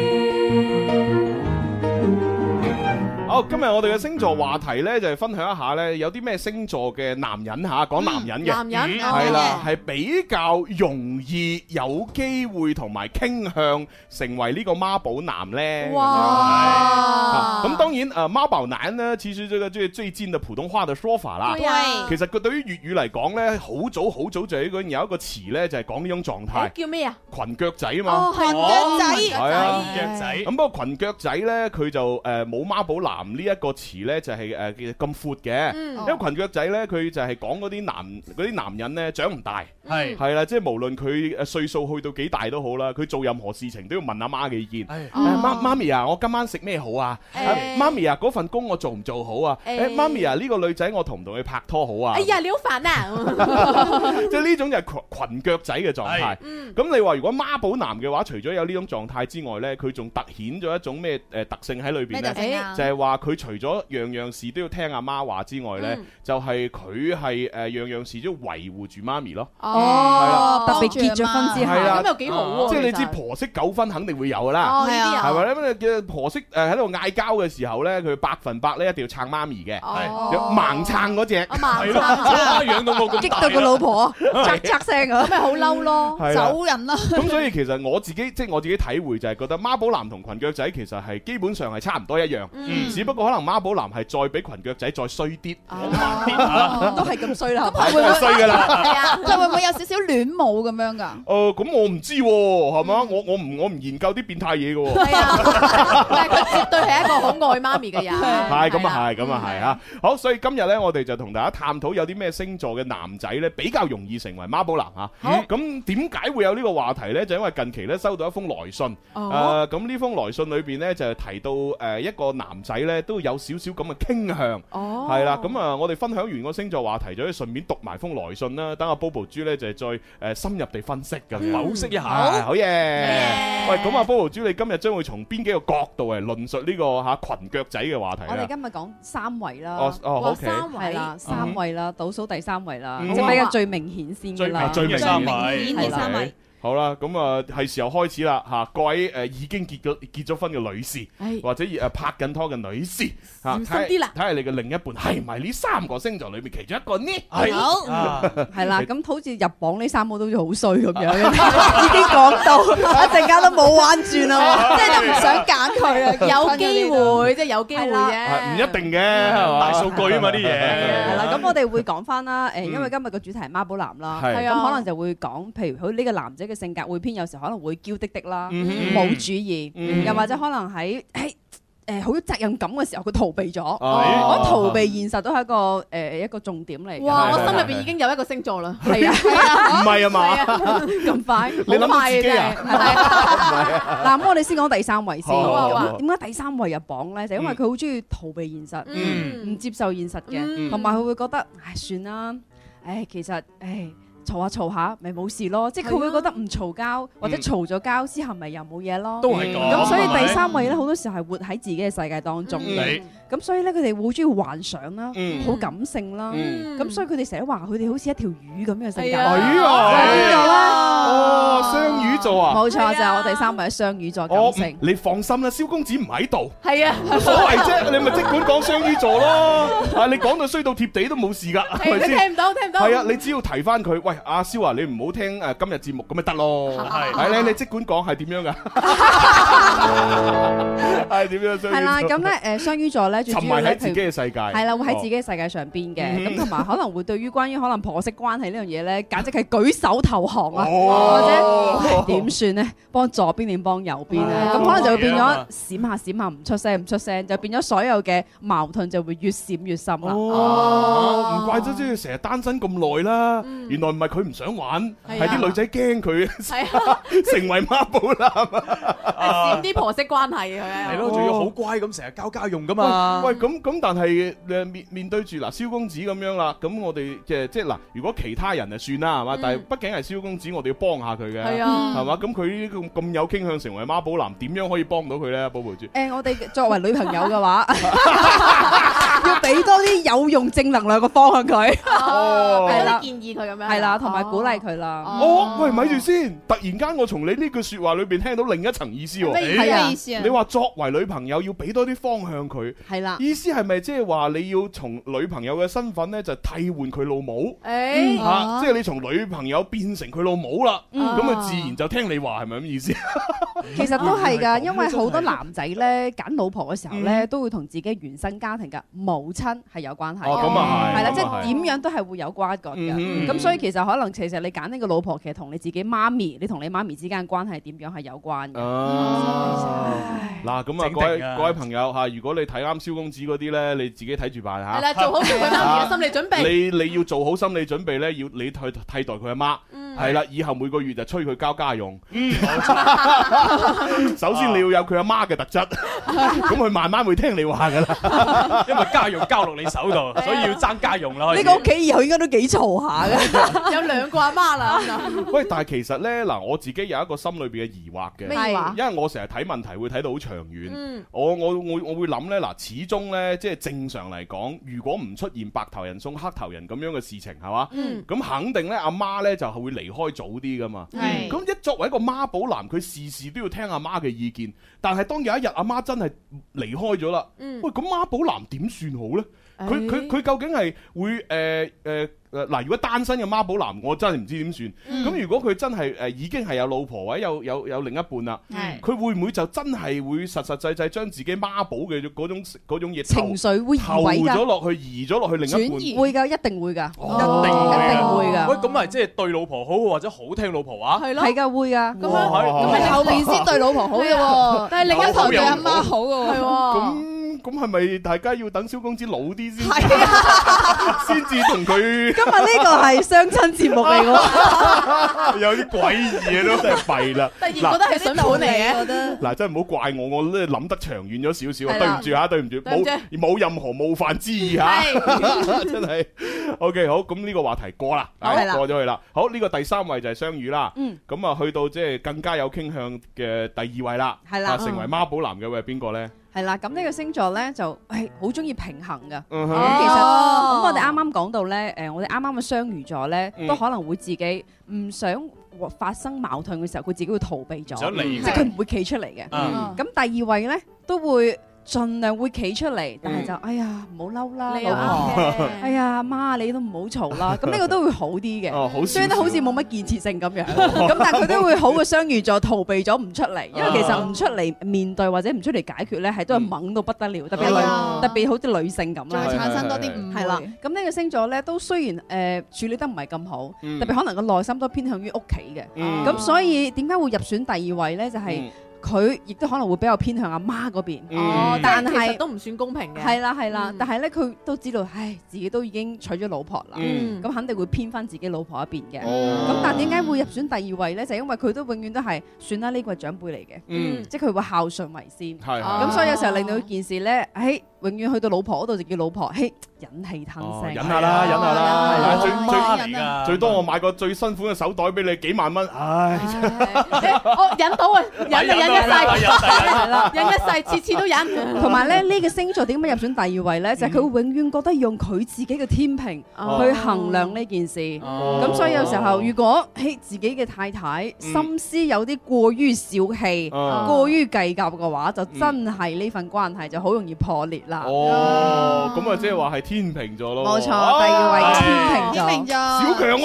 好，今日我哋嘅星座話題咧就係分享一下咧，有啲咩星座嘅男人嚇，講男人嘅。嗯男人嗯哦係啦，，係比較容易有機會同埋傾向成為呢個媽寶男呢。啊哇！咁當然，誒媽寶男呢，其實這個最最近的普通話的說法啦。對啊其實佢對於粵語嚟講呢，好早好早就已經有一個詞呢，就係講呢種狀態誒，叫咩啊？裙腳仔啊嘛。哦，係哦裙腳係啊腳仔咁不過裙腳仔呢，佢就誒冇媽寶男呢一個詞呢，就係誒咁闊嘅。嗯哦因為裙腳仔呢，佢就係講嗰啲男嗰啲男人呢，長唔大，係係啦，即係無論佢誒歲數去到幾大都好啦，佢做任何事情都要問阿媽嘅意見。係誒媽媽咪啊，我今晚食咩好啊？誒哦誒媽咪啊，嗰份工我做唔做好啊？誒誒媽咪啊，呢個女仔我同唔同佢拍拖好啊？哎呀，你好煩啊！即係呢種就係裙裙腳仔嘅狀態。Ừ. 咁你話如果媽寶男嘅話，除咗有呢種狀態之外呢，佢仲突顯咗一種咩誒特性喺裏邊咩呢特？性啊就？係話佢除咗樣樣事都要聽阿媽話之外呢，嗯就係佢係誒呃樣樣事都要維護住媽咪咯。哦，特別幫結住咗啊嘛婚之後係，啦咁又幾好喎，即係你其知實婆媳糾紛肯定會有噶啦。哦，呢啲係啊，咪咧？咁你嘅婆媳誒喺度嗌交嘅時候呢，佢百分百呢一定要撐媽咪嘅，哦有盲撐嗰只。阿嫲係咯，媽養到我咁激大到個老婆係啊喳喳聲啊咁，咪好嬲咯。係啦 走人啦！咁所以其實我自己即係我自己體會就係覺得孖寶男同裙腳仔其實係基本上係差唔多一樣，嗯只不過可能孖寶男係再比裙腳仔再衰啲，哦都係咁衰啦，係太咪過衰㗎啦。係啊，佢會唔會有少少戀母咁樣㗎？誒哦咁我唔知喎，係嗯嘛？我我唔我唔研究啲變態嘢嘅 喎。係啊，但係佢絕對係一個好愛媽咪嘅人，係咁係啦嗯啊，係咁啊，係啊！好，所以今日呢，我哋就同大家探討有啲咩星座嘅男仔呢比較容易成為孖寶男啊。咁點解會有呢個話題呢？就因為近期呢收到一封來信，誒咁呢封來信裏邊呢，就係提到誒一個男仔呢都有少少咁嘅傾向。哦，係啦，咁啊，我哋分享完個星座話題，就可以順便讀埋封來信啦。等阿 Bobo 豬咧就係再誒呃深入地分析咁樣。剖析一下，啊好嘢！喂，咁啊，Bobo 豬，你今日將會從邊幾個角度嚟論述呢個嚇裙腳仔嘅話題我哋咧？今日講三圍啦。哦哦哇，OK，三係位啦，三位啦，倒數第三位啦，嗯即係比較最明顯先最嘅明啦。最明最三明位，顯嘅三位。好啦，咁啊係時候開始啦嚇，各位誒已經結咗結咗婚嘅女士係，或者誒拍緊拖嘅女士嚇，睇小心啲啦睇下你嘅另一半係唔係呢三個星座裏面其中一個呢？係好啊係啦，咁好似入榜呢三個都好似好衰咁樣，已經講到一陣間都冇彎轉啦。即係都唔想揀佢啊，有結婚機嗰啲都。會，即係有機會係啫，唔一定嘅係嘛？大數據啊嘛啲係嘢，啦，咁我哋會講翻啦，誒，嗯因為今日個主題係媽寶男啦，係咁可能就會講，譬如佢呢個男仔嘅性格會偏，有時可能會嬌滴滴啦，嗯冇主意，嗯又或者可能喺 誒誒好有責任感嘅時候，佢逃避咗。啊我逃避現實都係一個誒一個重點嚟㗎。哇！係我係心入係邊已經有一個星座啦，係啊，唔係啊嘛？咁快，你諗好到快自嘅己啊啫。 啊嗱，咁我哋先講第三位先。好啊好啊咁點解第三位入榜咧？就因為佢好中意逃避現 Ừ. 實，唔嗯，接受現實嘅，嗯同埋佢會覺得唉算啦，唉其實唉。嘈下嘈下，咪冇事咯，即係佢會覺得唔嘈交，或者嘈咗交之後咪又冇嘢咯。都係嗯咁。咁所以係咪第三位咧，好多時候係活喺自己嘅世界當中嗯嘅。咁所以咧，佢哋好中意幻想啦，嗯好感性啦。Ừ. 嗯咁所以佢哋成日話佢哋好似一條魚咁嘅性係格。啊，哎呀邊 à. 個咧 à. 哦，雙魚座啊！冇錯，就係啊係我哋三位雙魚座我感性。你放心啦，蕭公子唔喺度，係啊，冇所謂啫，你咪即管講雙魚座 咯。啊，你講到衰到貼地都冇事㗎，係咪你先？聽唔到，聽唔到，係啊，你只要提翻佢，喂，阿蕭啊，你唔好聽誒今日節目咁咪得咯。係係咧，你即管講係點 樣㗎？係點樣雙魚座？係啦，咁咧誒雙魚座咧最沉主迷要咧，喺自譬己如嘅世界。係啦，會喺自己嘅世界上邊嘅，嗯咁同埋可能會對於關於可能婆媳關係呢樣嘢 咧，簡直係舉手投降啊！哦或者唉點算咧？幫左邊定幫右邊咧？哦咁可能就會變哦咗閃下閃下唔出聲唔出聲，就變咗所有嘅矛盾就會越閃越深啦。哦，唔怪得即係成日單身咁耐啦。原來唔係佢唔想玩，係啊啲女仔驚佢 係啊，成為媽寶男閃啲婆媳關係佢係啊，咯，仲要好乖咁，成日交家用噶 嘛。啊。喂，咁咁，但係誒面面對住嗱，蕭公子咁樣啦，咁我哋嘅即係嗱，如果其他人就算啦，係嘛？嗯但係畢竟係蕭公子，我哋要幫下佢係嘅，啊，係嘛？咁佢呢個咁咁有傾向成為媽寶男，點樣可以幫到佢咧？寶寶豬，誒，我哋作為女朋友嘅話， 要俾多啲有用正能量嘅方向佢，哦俾係多啦啲建議佢咁樣，係啦，同埋鼓勵佢啦。哦，喂，咪住先，突然間我從你呢句説話裏邊聽到另一層意思喎。咩係啊咩意思啊你？話作為女朋友要俾多啲方向佢，係啦，意思係咪即係話你要從女朋友嘅身份咧，就替換佢老母誒嚇、哦即係你從女朋友變成佢老母啦，咁啊自然就聽你話，係咪咁意思？其實都係啊㗎，因為好多男仔咧揀老婆嘅時候嗯咧，都會同自己原生家庭嘅母親係有關係哦，嘅。咁啊係，係啦，咁即啊係點樣都係會有瓜葛嗯嘅。咁所以其實可能其實你揀呢個老婆，其實同你自己媽咪，你同你媽咪之間嘅關係點樣係有關嘅。哦嗱，咁啊，整定各位啊各位朋友嚇，如果你睇啱蕭公子嗰啲咧，你自己睇住辦係嚇。啦，做好做佢媽咪嘅心理準備，你你要做好心理準備咧，要你去替代佢阿媽，係啦，以後每個月就催佢交家用。嗯，冇錯，首先你要有佢阿媽嘅特質，咁佢慢慢會聽你話㗎啦。因為家用交落你 手度，所以要爭家用啦。開始啊呢個屋企以後應該都幾嘈下嘅。有兩個阿媽啦，喂，但係其實咧，嗱，我自己有一個心裏邊嘅疑惑嘅，咩話？因為我成日睇問題會睇到好長遠。嗯，我我我我會諗呢，嗱，始終呢，即係正常嚟講，如果唔出現白頭人送黑頭人咁樣嘅事情，係嘛？嗯咁肯定呢，阿媽呢就係會離開早啲噶嘛。係咁一作為一個媽寶男，佢事事都要聽阿媽嘅意見。但係當有一日阿媽真係離開咗啦，嗯喂，咁媽寶男點算好呢？佢佢哎佢究竟係會誒誒誒嗱？如果單身嘅媽寶男，我真係唔知點算。咁、嗯如果佢真係誒、呃已經係有老婆或者有有有另一半啦，係佢會唔會就真係會實實際際將自己媽寶嘅嗰種嗰種嘢投情緒會移投位㗎咗，落去，移咗落去另一半？轉移會㗎，一定會㗎，哦一定啊一定會喂，㗎，咁咪即係對老婆好，或者好聽老婆話。係咯，係㗎會㗎。咁哇樣，係咁係後邊先對老婆好嘅喎，但係另一一頭頭對又阿媽好嘅係喎。喎，咁咁係咪大家要等蕭公子老啲先係啊，先至同佢今日呢個係相親節目嚟㗎。有啲詭異都真係弊啦！突然覺得係筍盤嚟嘅，覺得嗱，真係唔好怪我，我咧諗得長遠咗少少啊！係對唔啦住嚇，對唔住，對唔住冇冇任何冒犯之意嚇，係，真係。OK，好，咁呢個話題過啦，啊好係啦過咗去啦。好，呢個第三位就係雙魚啦。嗯咁啊，去到即係更加有傾向嘅第二位啦，係啦嗯啊成為媽寶男嘅會係邊個呢？ 係啦，咁呢個星座咧就誒好中意平衡噶。嗯咁哼其實哦咁我哋啱啱講到咧，誒我哋啱啱嘅雙魚座咧嗯，都可能會自己唔想發生矛盾嘅時候，佢自己會逃避咗，想離即係佢唔會企出嚟嘅。嗯咁第二位咧都會盡量會企出嚟，但係就哎呀唔好嬲啦，你又老婆啱嘅，哎呀媽你都唔好嘈啦，咁呢個都會好啲嘅。哦，好雖然都少好似冇乜建設性咁樣，咁但係佢都會好過雙魚座逃避咗唔出嚟，因為其實唔出嚟面對或者唔出嚟解決咧，係都係猛到不得了，特別係係女啊特別好似女性咁仲啦會。產生多啲誤會。係啦，咁呢個星座咧都雖然誒、呃、處理得唔係咁好，嗯特別可能個內心都偏向於屋企嘅，嗯咁、所以點解會入選第二位咧？就係嗯佢亦都可能會比較偏向阿媽嗰邊，哦，嗯但但係係都唔算公平嘅，係啦係啦嗯，但係咧佢都知道，唉，自己都已經娶咗老婆啦，咁、嗯肯定會偏翻自己老婆一邊嘅。咁、哦但係點解會入選第二位咧？就係因為佢都永遠都係算啦，呢個係長輩嚟嘅，嗯即係佢會孝順為先。係哦咁所以有時候令到件事咧，唉，永遠去到老婆嗰度就叫老婆，嘿，忍氣吞哦聲忍。下啊啦，忍下啊啦，哦最忍下最啦最多我買個最新款嘅手袋俾你幾萬蚊，啊唉，誒我忍到啊，忍哎就忍一世，係啦，忍一世，次次都忍。同埋咧，呢個星座點解入選第二位咧？就係佢會永遠覺得用佢自己嘅天平嗯哦去衡 量呢件事。咁所以有時候，如果嘿自己嘅太太嗯心思有啲過於小哦氣、嗯過於計較嘅話，嗯就真係呢份關係就好容易破裂啦。哦，咁啊，即係話係天秤座咯，啊冇錯，哦哇第二位哎天秤天秤座。座，小強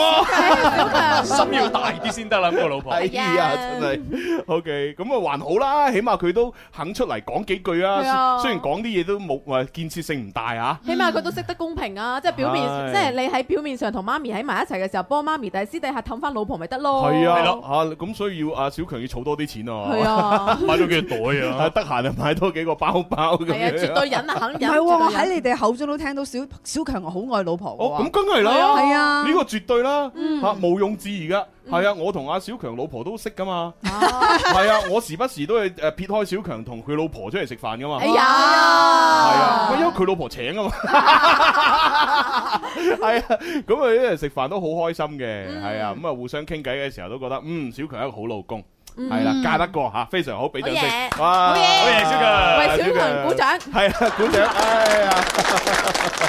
喎，心要大啲先得啦，咁個老 婆哎。啊呀，真係 OK，咁啊還好啦，起碼佢都肯出嚟講幾句係啊啊，雖然講啲嘢都冇話建設性唔大啊，起碼佢都識得公平啊！即係表面，係即係你喺表面上同媽咪喺埋一齊嘅時候幫媽咪，但係私底下氹翻老婆咪得咯。係啊，嚇咁所以要啊小強要儲多啲錢啊， 係啊，買咗幾袋啊 啊！得閒啊買多幾個包包咁係 啊，絕樣，對忍啊，肯唔忍。係喎，我絕對喺忍你哋口中都聽到小小強我好愛老婆 à. 哦，咁喎。梗係啦。係啊，呢個絕對啦，嗯嚇毋庸置疑噶。係啊，我同阿小強老婆都識噶嘛。哦係啊，我時不時都係誒撇開小強同佢老婆出嚟食飯噶嘛哎。呀，哦係啊，因為佢老婆請啊嘛。係啊，咁啊一齊食飯都好開心嘅。係啊，咁啊互相傾偈嘅時候都覺得，嗯，小強係一個好老公，嗯係啦，嫁得過嚇，非常好，俾掌聲。哇！好好嘢，小強。為小強鼓掌。係啊，鼓掌！哎呀，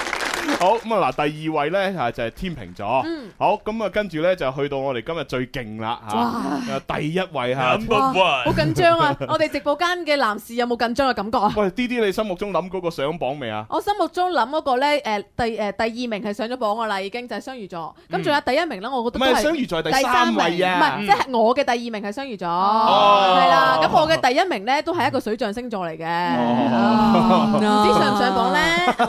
好咁啊嗱，第二位咧吓就係天秤座，嗯好咁啊，跟住咧就去到我哋今日最勁啦吓，啊第一位吓， Number one，好緊張啊！ 我哋直播間嘅男士有冇緊張嘅感覺啊？喂，D D 你心目中諗嗰個上榜未啊？我心目中諗嗰個咧，誒第誒第二名係上咗榜噶啦，已經就係雙魚座。咁仲有第一名咧，我嗯唔覺得都係雙係。魚座係第三位唔啊，係，即係我嘅第二名係雙魚座，係啦。咁我嘅第一名咧都係一個水象星座嚟嘅，唔知上唔上榜咧？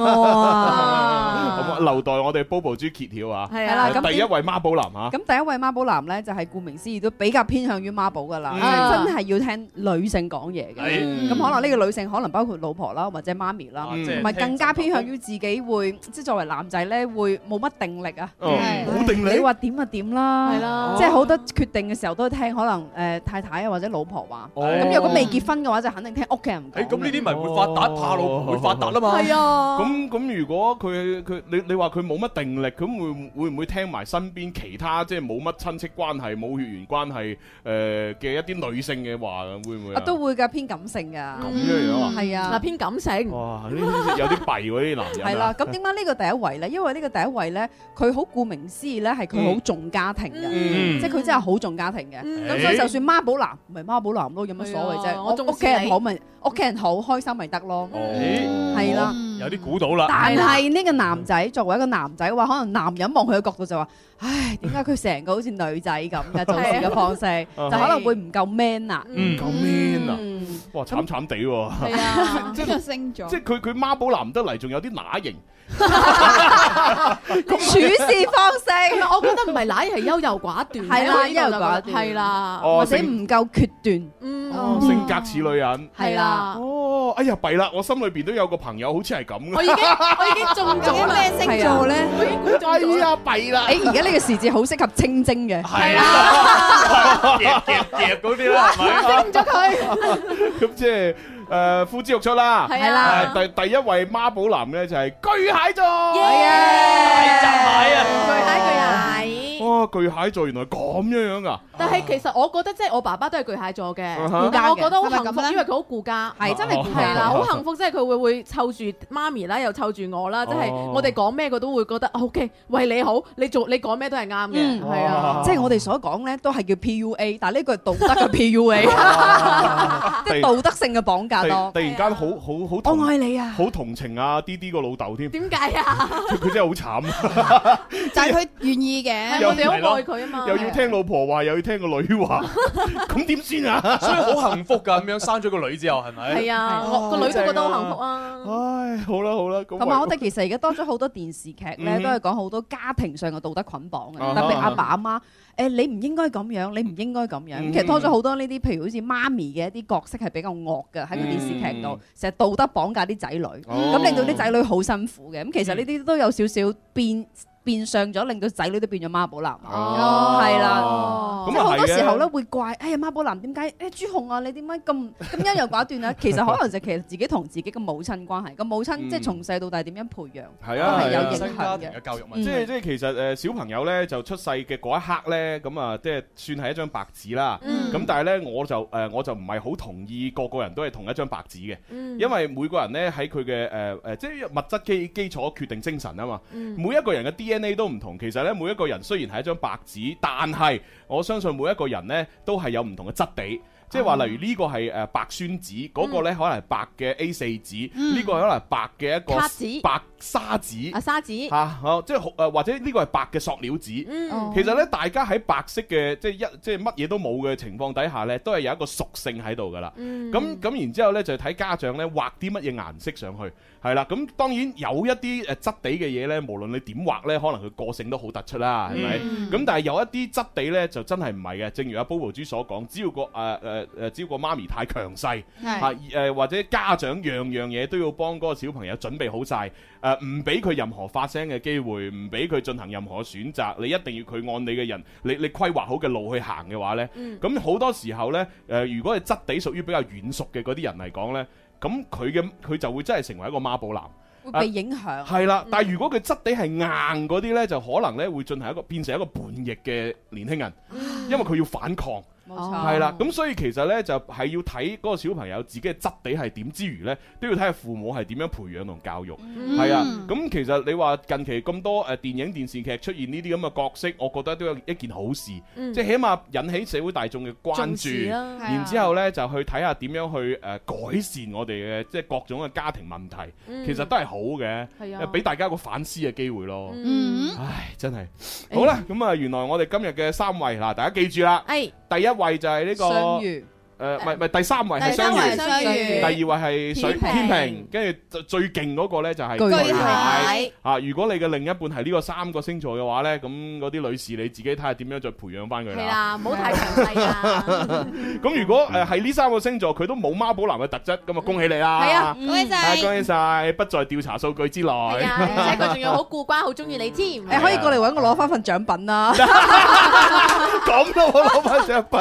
哦咁啊，留待我哋 Bobo 豬揭曉啊！係係啦啊，咁第一位孖寶男啊，咁第一位孖寶男咧，就係顧名思義都比較偏向於孖寶噶啦，嗯哎真係要聽女性講嘢嘅。係咁可能呢個女性可能包括老婆啦，或者媽咪啦，啊即係同埋更加偏向聽於自己會，即係作為男仔咧會冇乜定力啊。哦好定你力，話點就點啦，係啦即係好多決定嘅時候都聽可能誒太太啊或者老婆話。咁咁如果未結婚嘅話，就肯定聽屋企人誒講。咁呢啲咪會發達，怕老婆會發達啦嘛。係啊，咁咁，如果佢佢你你話佢冇乜定力，咁會會唔會聽埋身邊其他即係冇乜親戚關係、冇血緣關係誒嘅一啲女性嘅話，會唔會啊啊？都會㗎，偏感性㗎。咁樣樣啊！係啊，嗱偏感性，哇，呢啲有啲弊喎，呢啲男 人啊。係啦，咁點解呢個第一位咧？因為呢個第一位咧，佢好顧名思義咧，係佢好重家庭嘅，嗯即係佢真係好重家庭嘅。嗯咁所以就算媽寶男唔係媽寶男咯，有乜所謂係啊啫？我重我視屋企人好咪屋企人好，開心咪得咯。哦，係啦，有啲估到啦，啊但係呢個男仔作為一個男仔嘅話，可能男人望佢嘅角度就話：唉，點解佢成個好似女仔咁嘅做事嘅方式，就可能會唔夠 man 啊。嗯，咁 man 啊！嗯，哇，慘慘地喎。係啊，呢個星座即，係佢佢孖寶男得嚟，仲有啲乸型。處事方式我覺得唔係乸係優柔寡斷，係啦因為呢個優柔寡斷係啦，哦或者唔夠決斷，嗯，性性格似女人。係啦，哦，哎呀，弊啦！我心裏邊都有個朋友，好似係咁嘅。我已經我已經中究咗竟啦，咩星座咧？我已經估中哎咗啦，呀，弊啦！誒而家呢個時節好適合清蒸嘅，係啊啦， 夾夾夾嗰啲啦，係咪？中咗 佢，咁即係誒呼之欲出啦。啊係誒啦，第第一位孖寶男咧就係巨蟹座。耶大閘蟹啊！巨蟹巨蟹。哇！巨蟹座原來咁樣樣啊噶，但係其實我覺得即係我爸爸都係巨蟹座嘅，嗯但哼係我覺得好係咪幸咁福，咧因為佢好顧家。係真哦係顧係啦，家。好幸福，即係佢會會湊住媽咪啦，又湊住我啦，即係哦我哋講咩佢都會覺得 O K，為你好，你做你講咩都係啱嘅，嗯係啊哇，即係我哋所講咧，都係叫 PUA，但係呢個係道德嘅 PUA，即哦 係道德性嘅綁架突咯然。突然間好好好我同愛你啊！好同情啊！D D 個老豆添，點解 啊？佢佢真係好 慘，但係佢願意嘅係。又我哋好愛佢啊嘛，又要聽老婆話，又要聽個女 話，咁點先 啊？所以好幸福噶，咁樣生咗個女之後係咪？係啊，我個女都覺得好幸福啊，唉，好啦好啦，咁同埋我哋其實而家多咗好多電視劇咧，嗯都係講好多家庭上嘅道德捆綁啊嘅，哈特別阿爸阿媽，誒你唔應該咁樣，你唔應該咁樣。嗯其實多咗好多呢啲，譬如好似媽咪嘅一啲角色係比較惡嘅喺個電視劇度嗯，成日道德綁架啲仔女，哦嗯咁令到啲仔女好辛苦嘅。咁其實呢啲都有少少變變相咗，令到仔女都變咗媽寶男。哦係啦咁啊係即係好多時候嘅咧會怪，哎呀媽寶男點解？誒朱紅啊，你點解咁 咁優柔寡斷啊？其實可能就其實自己同自己嘅母親關係，個母親即嗯係從細到大點樣培養，係都啊係係有啊影新家響庭嘅。嘅教育問嗯題即係即係其實誒、呃小朋友咧就出世嘅嗰一刻咧，咁啊即係算係一張白紙啦。嗯咁、但係咧我就誒、呃我就唔係好同意個個人都係同一張白紙嘅，嗯因為每個人咧喺佢嘅誒誒即係物質基基礎決定精神啊嘛。嗯每一個人嘅 DNA 都唔同，其實咧每一個人雖然係一張白紙，但係我相信每一個人咧都係有唔同嘅質地。即係哦話，例如呢個係誒白宣紙，嗰、嗯個咧可能係白嘅 A 四紙，呢、個可能係白嘅一卡個紙白砂紙阿。沙子，吓、好即係好呃誒，或者呢個係白嘅塑料紙。嗯哦其實咧，大家喺白色嘅即係一即係乜嘢都冇嘅情況底下咧，都係有一個屬性喺度噶啦。嗯咁咁、然之後咧，就睇家長咧畫啲乜嘢顏色上去，係啦。咁當然有一啲誒質地嘅嘢咧，無論你點畫咧，可能佢個性都好突出啦，係咪？嗯咁但係有一啲質地咧，就真係唔係嘅。正如阿 Bobo 豬所講，只要個誒誒誒，只要個媽咪太強勢。啊係誒或者家長樣樣嘢都要幫嗰個小朋友準備好晒，誒唔俾佢任何發聲嘅機會，唔俾佢進行任何選擇，你一定要佢按你嘅人，你你規劃好嘅路去行嘅話呢，嗯咁好多時候呢，誒、如果係質地屬於比較軟熟嘅嗰啲人嚟講呢，咁佢嘅佢就會真係成為一個媽寶男，會被影響。係啦。但係如果佢質地係硬嗰啲呢，就可能呢會進行一個變成一個叛逆嘅年輕人，因為佢要反抗。冇哦錯，係啦，咁所以其實呢，就係要睇嗰個小朋友自己嘅質地係點之餘呢，都要睇下父母係點樣培養同教育。嗯係啊，咁其實你話近期咁多誒電影電視劇出現呢啲咁嘅角色，我覺得都有一件好事，嗯即係起碼引起社會大眾嘅關重視注。啦，係啊然之後呢，就去睇下點樣去誒呃改善我哋嘅即係各種嘅家庭問題，其實都係好嘅，嗯係誒啊，俾大家一個反思嘅機會咯。嗯，唉，真係好啦，咁啊，原來我哋今日嘅三位嗱，大家記住啦，誒，第一位就係呢個相遇誒，唔係唔係，第三位係第雙三魚位，相相遇第遇二位係水天天平平，跟住最最勁嗰個咧就哎係巨哎蟹蟹啊！如果你嘅另一半係呢個三個星座嘅話咧，咁嗰啲女士你自己睇下點樣再培養翻佢係啦。啦，唔好太強勢啊，咁如果誒係呢三個星座佢都冇媽寶男嘅特質，咁啊恭喜你啦！係啊，恭喜啊晒，恭喜晒，不在調查數據之內。係啊，而且佢仲要好顧關，好中意你添，誒，可以過嚟揾我攞翻份獎品啦。咁咯，我攞翻獎品。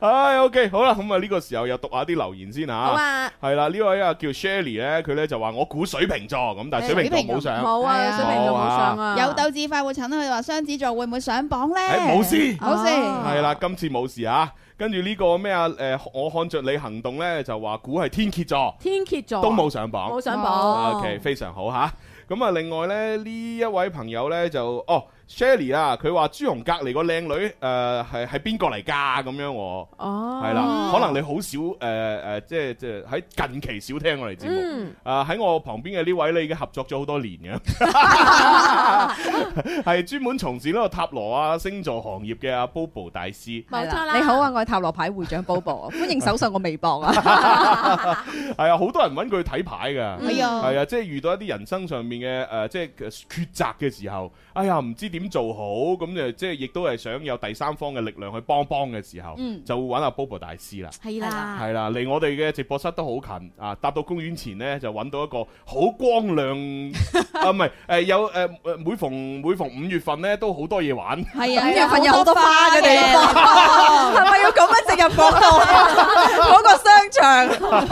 唉，OK，好啦，咁啊呢個時候又讀下啲留言先好嚇。啊，係啦，呢位啊叫 Shelly 咧，佢咧就話我估水瓶座咁，但係水瓶座冇上。冇係啊，啊水平就冇上啊，有鬥志快活診，佢哋話雙子座會唔會上榜咧？誒冇事。冇事啊係啦，今次冇事啊。跟住呢個咩啊？誒，我看着你行動呢，就話估係天蝎座，天蝎座啊都冇上榜哦冇。上哦榜 OK，非常好吓。咁啊，另外呢，呢一位朋友呢，就哦 Shelly 啊，佢話朱紅隔離個靚女誒係係邊個嚟㗎？咁樣喎，哦，係啦，可能你好少誒誒，即係即係喺近期少聽我哋節目。嗯，啊！喺我旁邊嘅呢位咧，已經合作咗好多年嘅， 係專門從事呢個塔羅啊星座行業嘅阿 Bobo 大師。冇錯係啦，你好啊，我係塔羅牌會長 Bobo，歡迎搜索我微博啊。係啊，好多人揾佢睇牌噶。哎哦呀，係啊，即係遇到一啲人生上面嘅誒、呃即係抉擇嘅時候，哎呀，唔知點做好，咁就即係亦都係想有第三方嘅力量去幫幫嘅時候，嗯就會揾阿 Bobo 大師啦。係啦，係啦，離我哋嘅直播室都好近啊！搭到公園前呢，就揾到一個好光 亮啊，唔係誒有誒誒每逢每逢五月份呢，都好多嘢玩。係啊，五月份有好多花嘅地方， 係咪要咁樣植入廣告？嗰個商場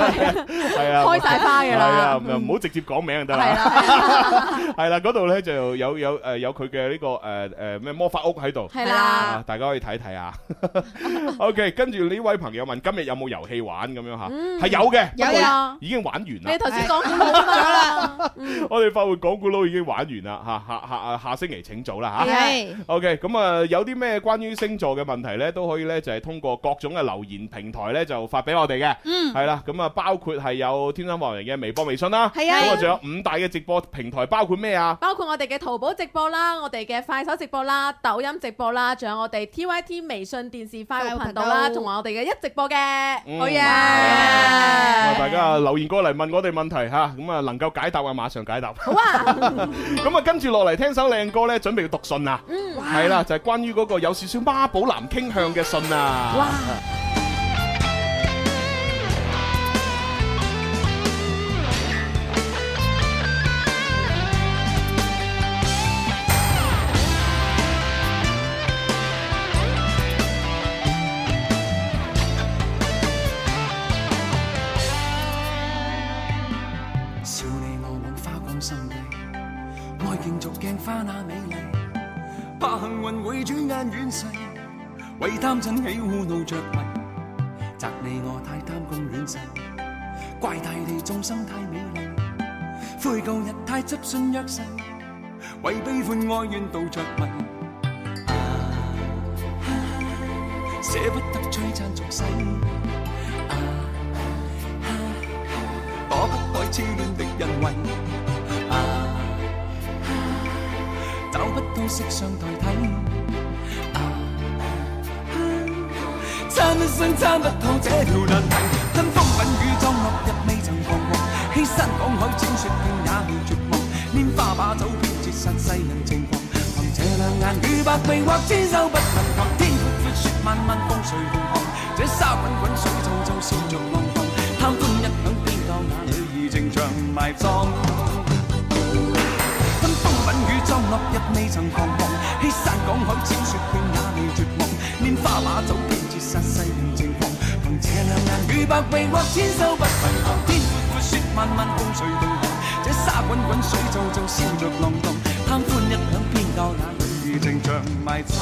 係啊， 開晒花㗎係啊，啦，嗯唔唔好直接講名就得係啊啦。 啦，係啦，嗰度呢就有有誒有佢嘅呢個誒誒咩魔法屋喺度。系啦啊，， 大家可以睇睇啊。OK，跟住呢位朋友問今日有冇遊戲玩咁樣吓，係有嘅，有係嘅啊，已經玩完啦你。頭先講古佬咗啊啦，我哋法會講古佬已經玩完啦，吓下下下星期請早啦吓。係啊 OK，咁啊有啲咩關於星座嘅問題呢？都可以呢，就係通過各種嘅留言平台呢，就發俾我哋嘅。嗯，係啦，咁啊包括係有天生發人嘅微博、微信啦。係咁啊，啊。仲有五大嘅直播平台，包括咩啊？包括我哋嘅淘寶直播啦，我哋嘅快手直播啦、抖音直播啦，仲有我哋 T Y T 微信電視快活頻道啦，快活頻道同埋我哋嘅 Oh 一直播嘅，嗯好嘢！咁啊大家留言過嚟問我哋問題吓，咁啊能夠解答啊，馬上解答。好啊， 咁啊，跟住落嚟聽首靚歌呢，準備讀信啦。嗯，係啦，就係關於嗰個有少少媽寶男傾向嘅信啊。哇！笑你我枉花光心地，愛競逐鏡花那美麗，怕幸運會轉眼遠逝，為貪嗔喜惡怒着迷，責你我太貪功戀世，怪大地眾生太美麗，悔舊日太執信約誓，為悲歡哀怨道着迷。啊哈捨不得摧殘俗世，啊哈躲不開痴戀的人為，啊，找不到色相代替，啊，撐一生撐不透這條難題，吞風品雨裝落日未曾彷徨，欺山趕海千雪拼也未絕望，拈花把酒偏折煞世人情狂，憑這兩眼與百臂或千手不能防，天闊闊雪漫漫風水浩瀚，這沙滾滾水皺皺笑逐浪蕩，貪歡一晌偏教那女兒情長埋葬。跟風品雨裝落日未曾彷徨，欺山趕海千雪遍也未絕望，拈花把酒偏折煞世人情狂，憑這兩眼與百臂或千手不能防，天闊闊雪漫漫風水動盪，這沙滾滾水皺皺笑着浪蕩，貪歡一晌偏教那女兒情長埋葬。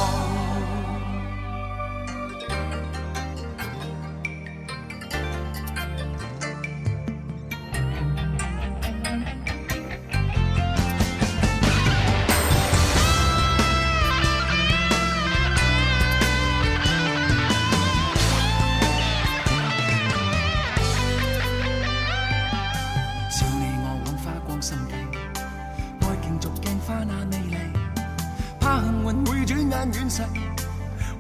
笑你我枉花光心計，愛競逐鏡花那美麗，怕幸運會轉眼遠逝，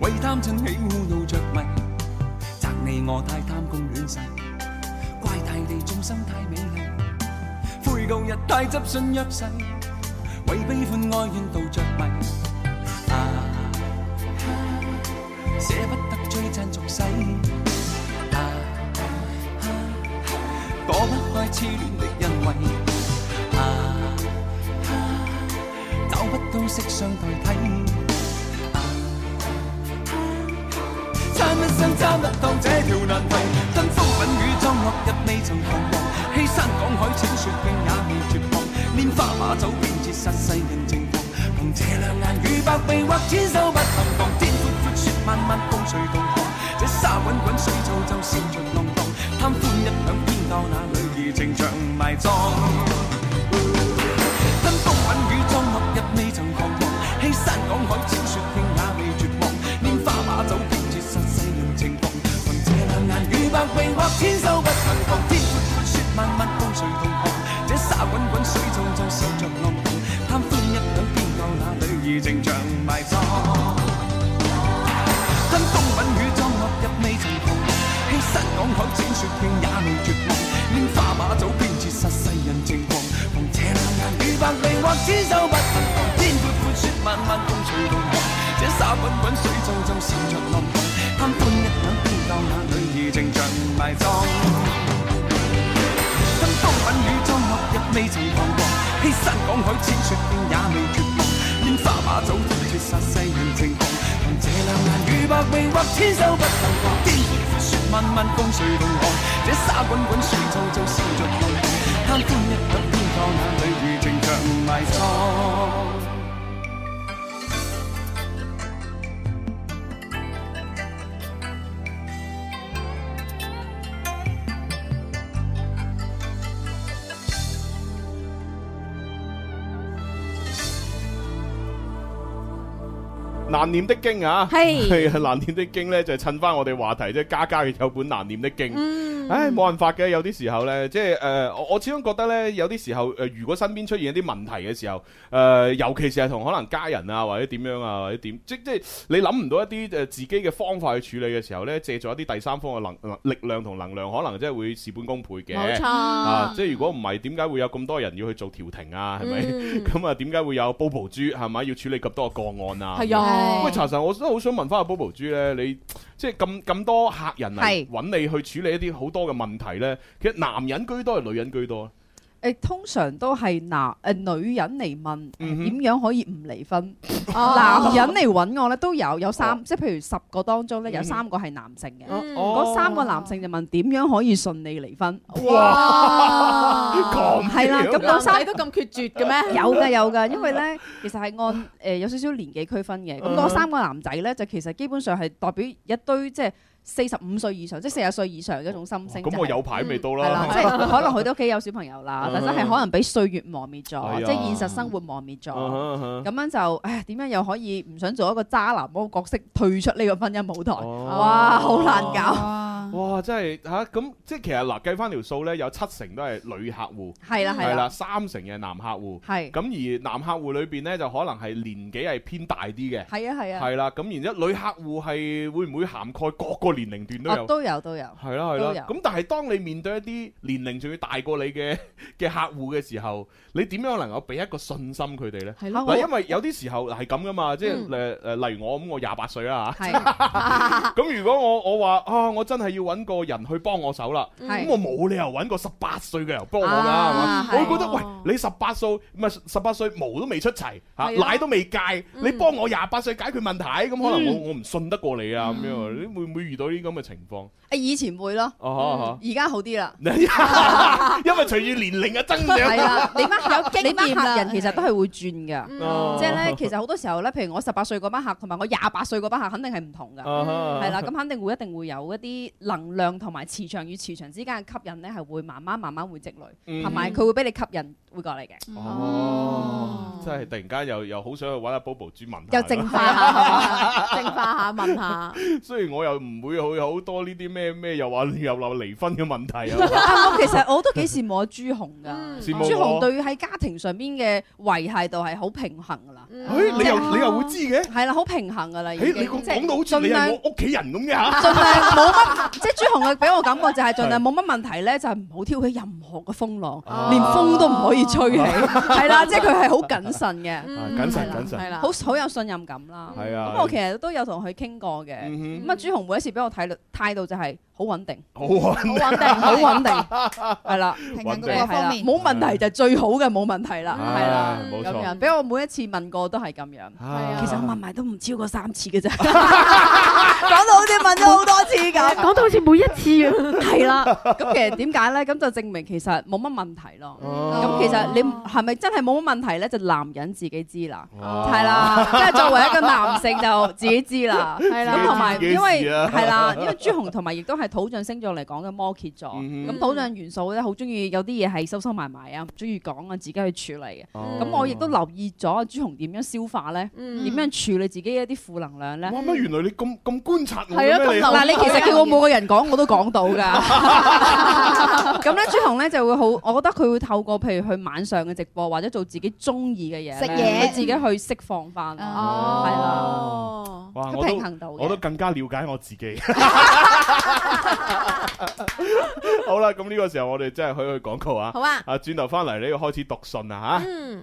為貪嗔喜惡怒着迷，責你我太貪功戀世，怪大地眾生太美麗，悔舊日太執信約誓，為悲歡哀怨道着迷，啊，捨不得摧殘俗世，啊。躲不開痴戀的恩惠，啊，啊找不到色相代替，啊，啊撐一生撐不透這條難題，跟風品雨裝落日未曾彷徨，欺山趕海淺雪徑也未絕望，拈花把酒便折煞世人情狂，憑這兩眼與百臂或千手不能防，天闊闊雪漫漫風水動盪，這沙滾滾水皺皺笑着浪蕩，貪歡一晌偏教那女兒情長埋葬。登風品雨裝落日未曾彷徨，欺山趕海千雪拼也未絕望，拈花把酒偏折煞世人情狂，憑這兩眼與百臂或千手不能防，天闊闊雪漫漫風水動盪，這沙滾滾水皺皺笑着浪蕩，貪歡一晌偏教那女兒情長埋葬。跟風品雨裝落日未曾彷徨，欺山趕海淺雪拼也未絕望，拈花把酒偏折煞世人情狂，憑這兩眼與百臂或千手不能防，天闊闊雪漫漫風吹動寒，這沙滾滾水皺皺笑着浪蕩，貪歡一晌偏教那女兒情長埋葬。跟風品雨裝落日未曾彷徨，欺山趕海千雪遍也未絕望，拈花把酒斷絕殺世人情狂，憑這兩眼與百臂或千手不能防，天闊闊雪漫漫風水動寒，這沙滾滾水皺皺笑着浪蕩，貪歡一晌偏教那女兒情長埋葬。難念的經啊， 係係啊，難念的經咧就趁翻我哋話題，即係家家有本難念的經。嗯唉，冇辦法嘅，有啲時候咧，即係誒、呃我我始終覺得咧，有啲時候誒、呃如果身邊出現一啲問題嘅時候，誒、呃尤其是係同可能家人啊，或者點樣啊，或者點，即即係你諗唔到一啲誒呃自己嘅方法去處理嘅時候咧，借助一啲第三方嘅能能力量同能量，可能真係會事半功倍嘅。冇錯啊！即係如果唔係，點解會有咁多人要去做調停啊？係咪？嗯 咁啊，點解會有 Bobo 豬係咪要處理咁多個個案啊？係啊嗯喂，查實我真係好想問翻阿 Bobo 豬咧，你即係咁咁多客人嚟係揾你去處理一啲好多嘅問題咧，其實男人居多定女人居多？啊誒通常都係男誒女人嚟問嗯哼點樣可以唔離婚，哦男人嚟揾我咧都有有哦三，即係譬如十個當中咧有嗯三個係男性嘅，嗯哦嗰三個男性就問點樣可以順利離婚， 哇！咁係啦，咁有男三仔。哦都咁決絕嘅咩？有㗎有㗎，因為咧其實係按誒有少少年紀區分嘅。嗯咁嗰三個男仔咧就其實基本上係代表一堆即係四十五歲以上，即係四十歲以上嘅一種心聲。哦咁我有排未到係啦，啦。即係可能佢哋屋企有小朋友 啦，但真係可能俾歲月磨滅哎咗，呀即係現實生活磨滅咗。啊哈啊哈咁樣就，唉，點樣又可以唔想做一個渣男嗰個角色，退出呢個婚姻舞台？哦哇，好難搞。哇！哇！真係吓咁，即係其實嗱，計翻條數咧，有七成都係女客户，係啦，係係啦，啦，三成嘅男客户。係，咁而男客户裏邊咧，就可能係年紀係偏大啲嘅。係啊，係啊，係啦，咁然之後女客戶係會唔會涵蓋各個年齡段都哦，有？都有都有，係啦係都有啦，咁但係當你面對一啲年齡仲要大過你嘅 嘅客戶嘅時候，你點樣能夠俾一個信心佢哋呢？係咯嗱，因為有啲時候係咁噶嘛，即係啊嗯啊誒誒，例如我咁，我廿八歲啦 係啊係嚇，咁如果我我話啊，我真係要揾個人去幫我手啦，嗯咁我係冇理由揾個十八歲嘅人幫我㗎，係嘛啊？我係會覺得喂哦，你十八歲唔係十八歲毛都未出齊嚇，係啊奶都未戒，你嗯幫我廿八歲解決問題，咁可能我我唔信得過你啊咁樣，嗯你會唔會遇到呢啲咁嘅情況？誒以前會咯，哦哦哦而家好啲啦。 因為隨住年齡嘅增長，係啦，你 班有客經驗你班啦客人其實都係會轉㗎。 嗯哦即係咧，其實好多時候咧，譬如我十八歲嗰班客同埋我廿八歲嗰班客，肯定係唔同㗎。啊哈係啦，咁肯定會一定會有一啲能量同埋磁場與磁場之間嘅吸引咧，係會慢慢慢慢會積累，嗯同埋佢會俾你吸引會過嚟嘅，哦，真係突然間又又好想去揾阿 Bobo 朱文，又淨化 嗯下。下，淨化下，問下，雖然我又唔會好有好多呢啲咩咩又話 又話離婚嘅問題 啊，啊，我其實我都幾羨慕阿朱紅㗎。嗯羨慕朱紅我。對喺家庭上邊嘅維係度係好平衡㗎啦，誒，嗯哎你又你又會知嘅？係啦，好平衡㗎啦已誒，經，你講即係講到好似你盡量係我屋企人咁嘅嚇。盡量冇乜，即係朱紅嘅俾我感覺就係盡量冇乜問題咧，就係唔好挑起任何嘅風哦浪，連風都唔可以吹起， 係啦，即係佢係好謹慎嗯嘅，啊謹慎謹係慎，啦，好好有信任感啦。係啊。咁我其實都有同佢傾過嘅，嗯咁啊朱紅每一次俾我睇到態度就係好穩定，哼好啊，好穩定，好穩定，係啦，平穩衡定各係方啦，面，冇問題就最好嘅，冇問題啦，係啦，啊唉冇咁錯。樣俾我每一次問過都係咁樣。啊其實我問埋都唔超過三次嘅啫，講到好似問咗好多次咁。講到好似每一次咁。係啦，咁其實點解咧？咁就證明其實冇乜問題咯。哦咁其實你係咪真係冇乜問題咧？就男人自己知啦，哇係啦，即係作為一個男性就自己知啦。係啦咁同 埋自己知因為自己事啊係啦，因為朱紅同埋亦都係土象星座嚟講嘅摩羯座，嗯咁土象元素咧好中意有啲嘢係收收埋埋啊，唔中意講啊，自己去處理嘅。哦咁我亦都留意咗朱紅點樣消化咧，嗯點樣處理自己一啲負能量咧。哇乜原來你咁咁觀察我係啊嘅咩咁你？嗱，你其實叫我每個人講，我都講到 㗎。 咁咧，朱紅咧就會好，我覺得佢會透過譬如去晚上嘅直播，或者做自己中意嘅嘢食咧，嘢佢自己去釋放翻，啊哦，哇佢我都平衡到我都嘅。更加了解我自 己。好啦，咁呢個時候我哋真係可以去廣告啊！好啊，啊，轉頭翻嚟呢要開始讀信啊吓。嗯，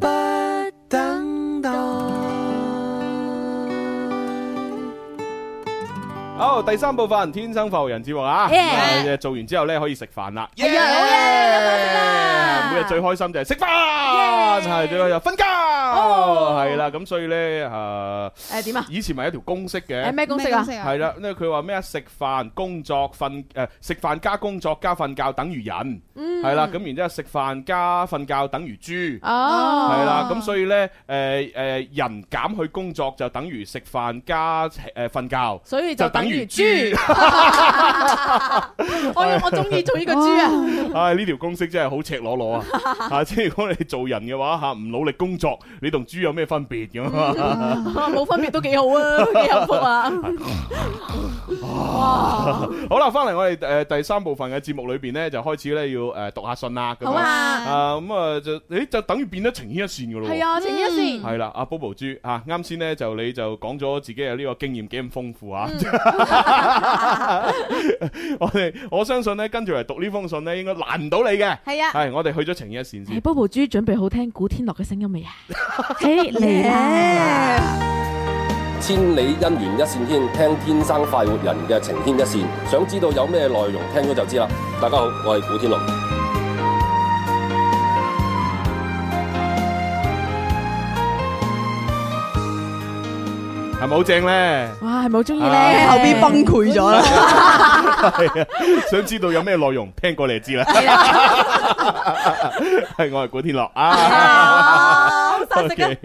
不等待。好，第三部分《天生浮人》節目啊， Yeah 誒做完之後呢，可以食飯啦。係啊，好嘢，有冇食啊？每日最開心就係食飯，係最開心瞓覺，Oh 係啦。咁所以咧誒，誒點啊？以前咪有條公式誒嘅。咩公式啊？係啦，因為佢話咩啊？食飯、工作、瞓誒，食飯加工作加瞓覺等於人，嗯係啦。咁然之後食飯加瞓覺等於豬。哦，係啦，咁所以呢，誒誒人減去工作就等於食飯加誒瞓 覺。所以就就等等於於豬。我要我中意做呢個豬啊！唉，呢條公式真係好赤裸裸 啊！嚇，即係如果你做人嘅話嚇，唔努力工作，你同豬有咩分別咁啊？冇分別都幾好啊，幾幸福啊！哇，好啦，翻嚟我哋誒第三部分嘅節目裏邊呢，就開始呢要誒呃讀下信啦。咁好樣啊！啊，咁啊就誒就等於變得情牽一線嘅咯喎。係啊，情一線。係啦，阿 Bobo 豬啊，啱先呢就你就講咗自己嘅呢個經驗幾咁豐富啊！嗯 我哋我相信呢，跟住嚟讀呢封信呢，應該難唔到你嘅。係啊，係，我哋去咗情意一線先。 Bobo 豬準備好聽古天樂嘅聲音未啊？嘿嚟啦！千里姻緣一線牽，聽天生快活人嘅情牽一線。想知道有咩內容，聽咗就知啦。大家好，我係古天樂。係咪好正呢？哇，係咪好中意啊咧？後邊崩潰咗啦。係啊，想知道有咩內容，聽過你就知啦。啊 係我係古天樂啊。啊，好 生食啊！ OK，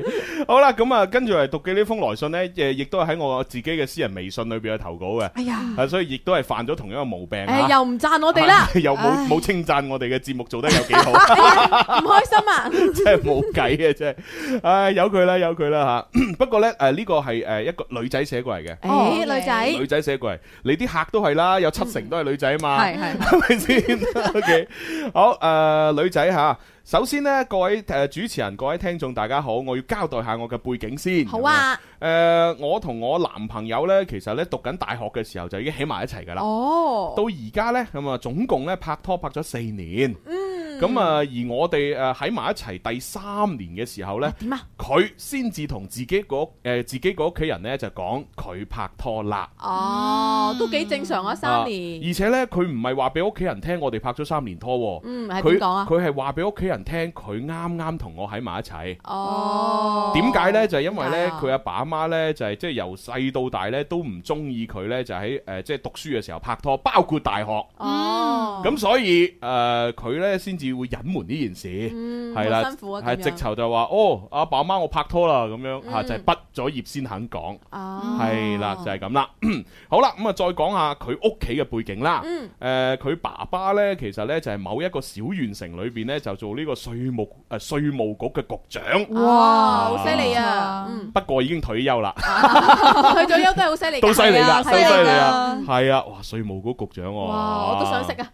好啦，咁啊，跟住嚟讀嘅呢封來信呢，誒，亦都係喺我自己嘅私人微信裏邊去投稿嘅，哎呀，啊，所以亦都係犯咗同樣嘅毛病啊誒又唔讚我哋 啦，又冇冇稱讚我哋嘅節目做得有幾好，唔開心啊！真係冇計嘅真係。唉，由佢啦，由佢 啦吓。 不過呢，誒呢個係誒一個女仔寫過嚟誒哦女仔嘅，女仔寫過嚟，你啲客都係啦，有七成都係女仔哦嘛，係係 係 咪先？OK，好誒，女仔吓。首先呢，各位誒主持人、各位聽眾，大家好，我要交代下我嘅背景先。好啊，咁樣。誒、呃我同我男朋友呢，其實呢，讀緊大學嘅時候就已經喺埋一齊㗎啦。哦，到而家呢，咁啊總共呢拍拖拍咗四年，嗯咁啊、而我哋誒喺埋一齊第三年嘅時候 呢，點啊？佢先至同自己嗰誒、呃自己嗰屋企人呢，就講佢拍拖啦。哦，都幾正常啊，三啊年。而且呢，佢唔係話俾屋企人聽我哋拍咗三年拖喎，嗯，係佢點講啊？佢係話俾屋企人聽佢啱啱同我喺埋一齊。哦，點解呢？就係因為點呢，解啊佢阿爸阿媽呢，就係即係由細到大呢，都唔中意佢呢，就喺誒即係讀書嘅時候拍拖，包括大學。哦，咁所以誒佢咧先至會隱瞞呢件事，嗯係啦好辛苦啊，係咁樣直頭就話哦，阿爸媽我拍拖啦咁樣嚇，嗯就係畢咗業先肯講，哦係啦就係咁啦。 好啦，咁啊再講下佢屋企嘅背景啦。嗯誒佢爸爸咧其實咧就係某一個小縣城裏邊咧就做呢個稅務誒稅務局嘅局長。哇，好犀利啊！嗯，不過已經退 休啦，退咗休都係好犀利㗎，都犀利啦，都犀係啊係啊利啦，係啊，哇！稅務局局長喎，哇，我都想識啊！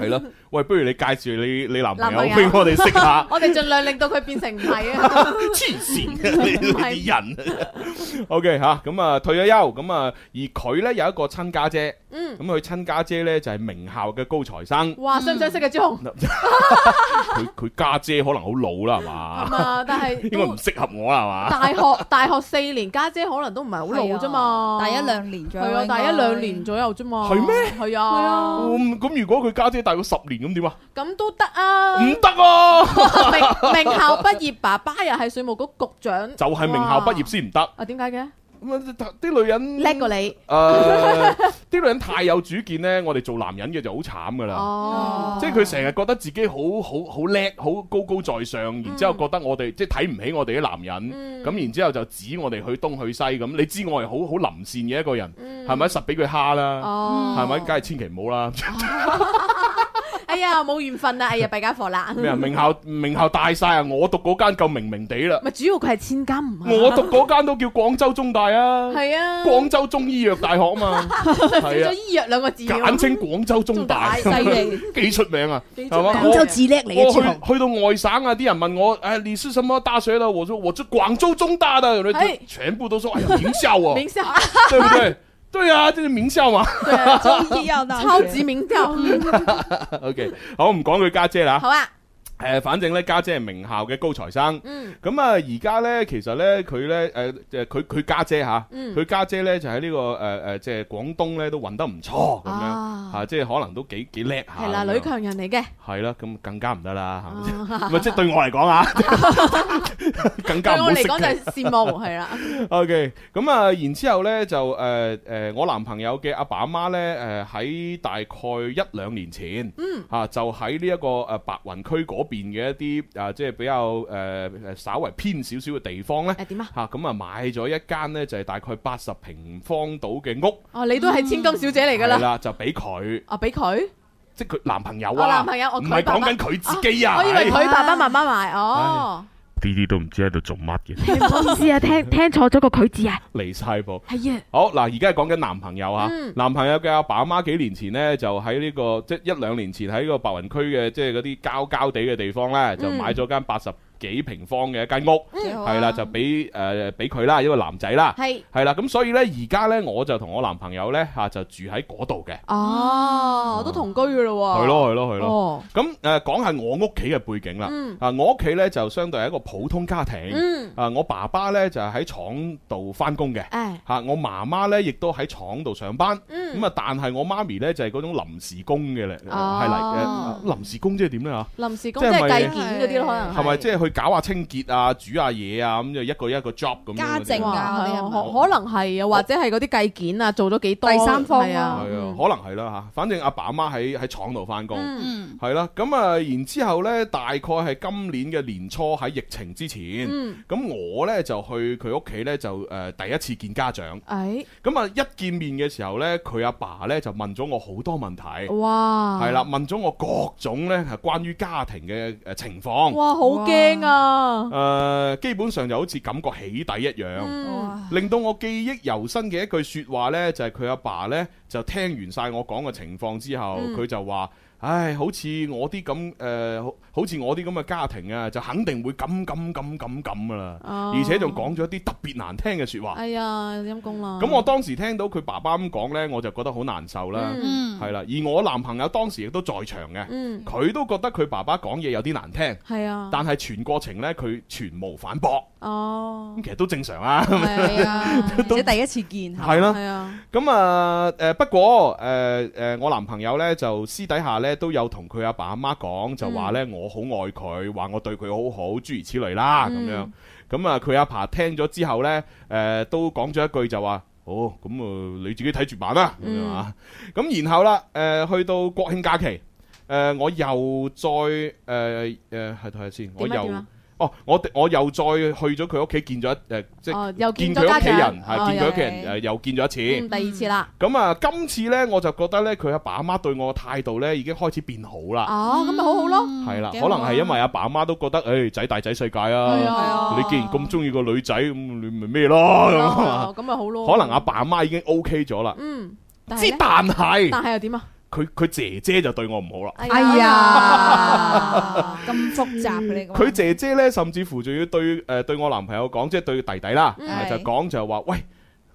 係咯，喂，不如你介紹你你男朋友男朋友俾我哋識 下。我哋盡量令到佢變成唔係 啊！黐 線嘅你呢啲人。OK 吓，咁啊退咗休，咁啊而佢呢有一個親家姐，嗯咁，佢親家姐呢就係名校嘅高材 生，哇，想唔想識啊，朱紅？佢佢家姐可能好老啦，係啊嘛？嘛，但係應該唔都適合我啦，係嘛？大學大學四年，家姐可能都唔係好老啫嘛，大一兩年左右，係啊，應大該一 兩年左右啫嘛，係咩？係啊，嗯咁如果佢家姐大佢十年咁點啊？咁都得啊！ 唔得喎，名名校畢業，爸爸又係稅務局局長，就係名校畢業先唔得。啊點解嘅？咁啊啲女人叻過你誒，啲女人太有主見呢，我哋做男人嘅就好慘噶啦。哦，即係佢成日覺得自己好好好叻，好高高在上，然之後覺得我哋、即係睇唔起我哋啲男人，嗯咁、然之後就指我哋去東去西咁。你知我係好好臨線嘅一個人，係咪、實俾佢蝦啦？嗯哦，係咪？梗係千祈唔好 啦！哎呀，冇緣分啦！哎呀，弊家伙啦！咩啊？名校名校大晒啊！我讀嗰間夠明明地啦，咪主要佢係千金啊！我讀嗰間都叫廣州中大啊，係啊，廣州中醫藥大學啊 嘛，少係咗啊，醫藥兩個字喎，簡稱廣州中 大，中大犀利幾出名啊，幾出係嘛？名我廣州至叻你我嘅去朱紅，去到外省啊，啲人問我，哎，你是什么大学的？我说我是广州中大的，有人就哎全部都说，哎呀，名校 哦，名校，对不对？对啊，这是名校嘛。 中醫又超級名校， OK，好唔講佢家姐啦。好啊，誒，反正咧家姐係名校嘅高材生，嗯咁啊而家咧其實咧佢咧誒誒佢佢家姐吓，嗯佢家姐咧就喺呢個誒誒即係廣東咧都混得唔錯咁啊樣嚇，即係可能都幾幾叻下。係啦，女強人嚟嘅。係啦，咁更加唔得啦，係咪先啊咪即係對我嚟講啊，更加 唔對嗯我好嚟識講 就佢係羨慕，係啦。 O K，咁啊，然之後呢，就誒誒、呃我男朋友嘅阿爸阿媽呢，誒、呃喺大概一兩年前，嗯啊就喺呢一個誒白雲區嗰邊嘅一啲啊，即係比較誒誒、呃稍為偏少少嘅地方呢，誒點啊？嚇咁啊買咗一間呢，就係、大概八十平方度嘅屋，哦，你都係千金小姐嚟㗎係啦。啦，就俾佢，啊，俾佢。即係佢男朋友我啊，男朋友，我唔佢係爸講爸緊佢自己啊，我以唉為佢爸爸媽媽買。哦，啲都唔知喺度做乜嘅。唔好意思啊，聽聽錯咗個佢字啊。離晒譜。係啊好嗱，而家係講緊男朋友啊，嗯男朋友嘅阿爸阿媽幾年前呢，就喺呢、個即係一兩年前喺個白雲區嘅即係嗰啲郊郊地嘅地方呢，就嗯買咗間八十幾平方嘅一間屋，嗯係啦、就俾誒俾佢啦，一個男仔啦，係係啦，咁所以呢，而家呢，我就同我男朋友呢，嚇就住喺嗰度嘅。哦，都同居㗎咯喎。係咯係咯係咯哦，咁誒講下我屋企嘅背景啦嗯。啊，我屋企咧就相對係一個普通家庭嗯。啊，我爸爸咧就係喺廠度翻工嘅。唉嚇，我媽媽咧亦都喺廠度上班。嗯咁啊，但係我媽咪咧就係嗰種臨時工嘅嚟，係嚟嘅。啊哦臨時工即係點咧嚇？臨時工即係即係咪計件嗰啲咯，可能係咪即係去搞下清潔啊、煮下嘢啊咁就一個一個 job 咁樣嗰啲？哇係啊可可能係啊，或者係嗰啲計件啊，做咗幾多第三方啊係係啊，可能係啦嚇。反正阿爸阿媽喺喺廠度翻工。嗯係啦，咁啊，然之後呢，大概係今年嘅年初喺疫情之前，咁嗯、我呢就去佢屋企呢，就誒、呃第一次見家長，誒，咁啊一見面嘅時候呢，佢阿爸呢就問咗我好多問題，哇係啦，問咗我各種呢係關於家庭嘅誒情況，哇，好驚啊！誒、基本上就好似感覺起底一樣，嗯令到我記憶猶新嘅一句説話呢，就係佢阿爸呢，就聽完晒我講嘅情況之後，嗯佢、就話：，唉，好似我啲咁誒，好好似我啲咁嘅家庭啊，就肯定會咁咁咁咁咁噶啦，哦而且仲講咗一啲特別難聽嘅説話。哎呀，陰公啦。咁我當時聽到佢爸爸咁講呢，我就覺得好難受啦，嗯係啦、而我男朋友當時亦都在場嘅，嗯佢、都覺得佢爸爸講嘢有啲難聽，係啊但係全過程呢，佢全無反駁，哦，咁其實都正常啊。係啊，而且第一次見係啦係啊，咁啊，誒不過誒誒，我男朋友呢，就私底下呢都有同佢阿爸阿媽講，就話呢我好愛佢，話我對佢好好，諸如此類啦咁樣嗯。咁啊，佢阿爸聽咗之後呢，誒都講咗一句就話：哦，咁啊你自己睇住辦啦咁樣啊。咁然後啦，誒去到國慶假期，誒我又再誒誒係睇下先，我點啊又點啊。哦，我我又再去咗佢屋企見咗一誒，呃即哦又係見見咗佢屋企家長人，哦係見佢屋企又人係誒，又見咗一次嗯，。第二次啦。咁啊，今次呢，我就覺得呢，佢阿爸阿媽對我嘅態度呢已經開始變好 À. 啦。哦，咁咪好好咯。係啦，幾可能好啊係因為阿爸阿媽都覺得，誒仔大仔世界 Ờ. 係啊啊，你既然咁中意個女仔，咁你咪咩咯咁啊哦咁咪好咯。可能阿爸阿媽已經 OK 咗啦，嗯，但係之呢但係，但係又點啊？佢佢姐姐就對我唔哦好啦。哎 呀，咁複雜嘅你個佢姐姐呢，甚至乎仲要對誒、呃、對我男朋友講，即係對弟弟啦，Ừ. 嗯啊就講就話喂。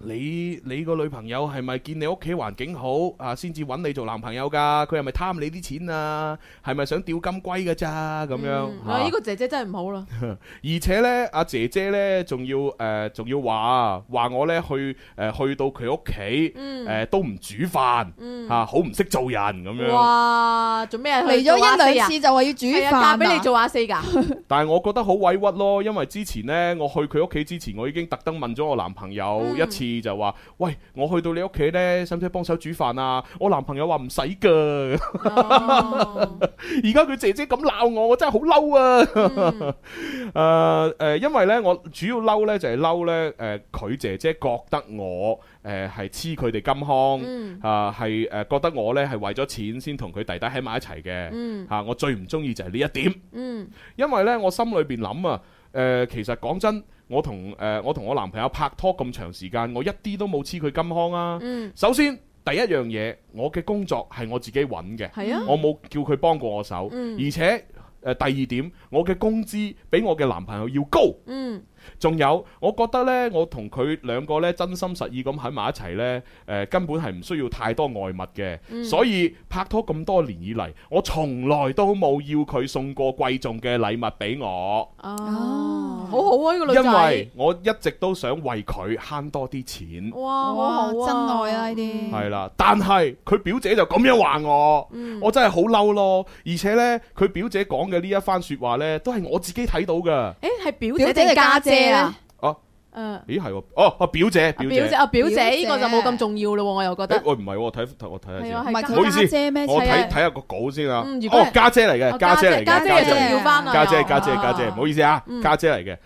你你個女朋友係咪見你屋企環境好啊，先至揾你做男朋友㗎？佢係咪貪你啲錢啊？係咪想釣金龜㗎咋 Ừ. 咁樣？啊，呢嚇個姐姐真係唔好啦。而且呢，阿姐姐呢，仲要誒，仲、要話話我呢去誒、呃去到佢屋企誒，嗯呃都唔煮飯嗯嚇，好唔識做人咁樣。哇！做咩啊嚟咗一 à? 兩次就話要煮飯啊嫁俾你做阿四噶。但係我覺得好委屈咯，因為之前呢，我去佢屋企之前，我已經特登問咗我男朋友嗯一次，就話：喂，我去到你屋企呢，使唔使幫手煮飯啊？我男朋友話唔使㗎。 Ờ. 而家佢姐姐咁鬧我，我真係好嬲啊！誒誒、呃因為呢，我主要嬲呢就係嬲呢。誒、佢姐姐覺得我誒係黐佢哋金腔，Ừ. 嗯啊係誒覺得我呢係為咗錢先同佢弟弟喺埋一齊嘅，嚇、Ừ. 啊嗯我最唔中意就係呢一點。嗯因為呢，我心裏邊諗啊，誒、其實講真，我同誒、呃我同我男朋友拍拖咁長時間，我一啲都冇黐佢金腔 Ừ. 啊。嗯首先第一樣嘢，我嘅工作係我自己揾嘅，係嗯啊我冇叫佢幫過我手，Ừ. 呃嗯 Ừ. 而且誒、第二點，我嘅工資比我嘅男朋友要高。嗯仲有，我覺得呢，我同佢兩個呢，真心實意咁喺埋一齊呢，誒、呃根本係唔需要太多外物嘅。嗯 Ừ. 所以拍拖咁多年以嚟，我從來都冇要佢送過貴重嘅禮物俾我，Ờ. 哦，好好啊呢個女仔，因為我一直都想為佢慳多啲錢。哇，好好啊，真愛啊呢啲，係啦，但係佢表姐就咁樣話我，嗯我真係好嬲咯。而且呢，佢表姐講嘅呢一番説話呢，都係我自己睇到嘅。誒係表表姐姐定定家家姐姐啊啊？哦，誒。咦係喎，哦，啊表姐，表表姐姐啊，表姐表呢姐個就冇咁重要咯喎，我又覺誒得。喂，唔係喎，睇睇我睇下係先，啊係唔係佢唔好意思，家姐咩我係啊睇睇下個稿先啊嗯如。果係哦，家姐嚟哦嘅，家姐嚟嘅，家姐家姐嚟嘅就要返啦家姐又哦家姐家姐，唔好意思啊啊嗯，家姐嚟嘅。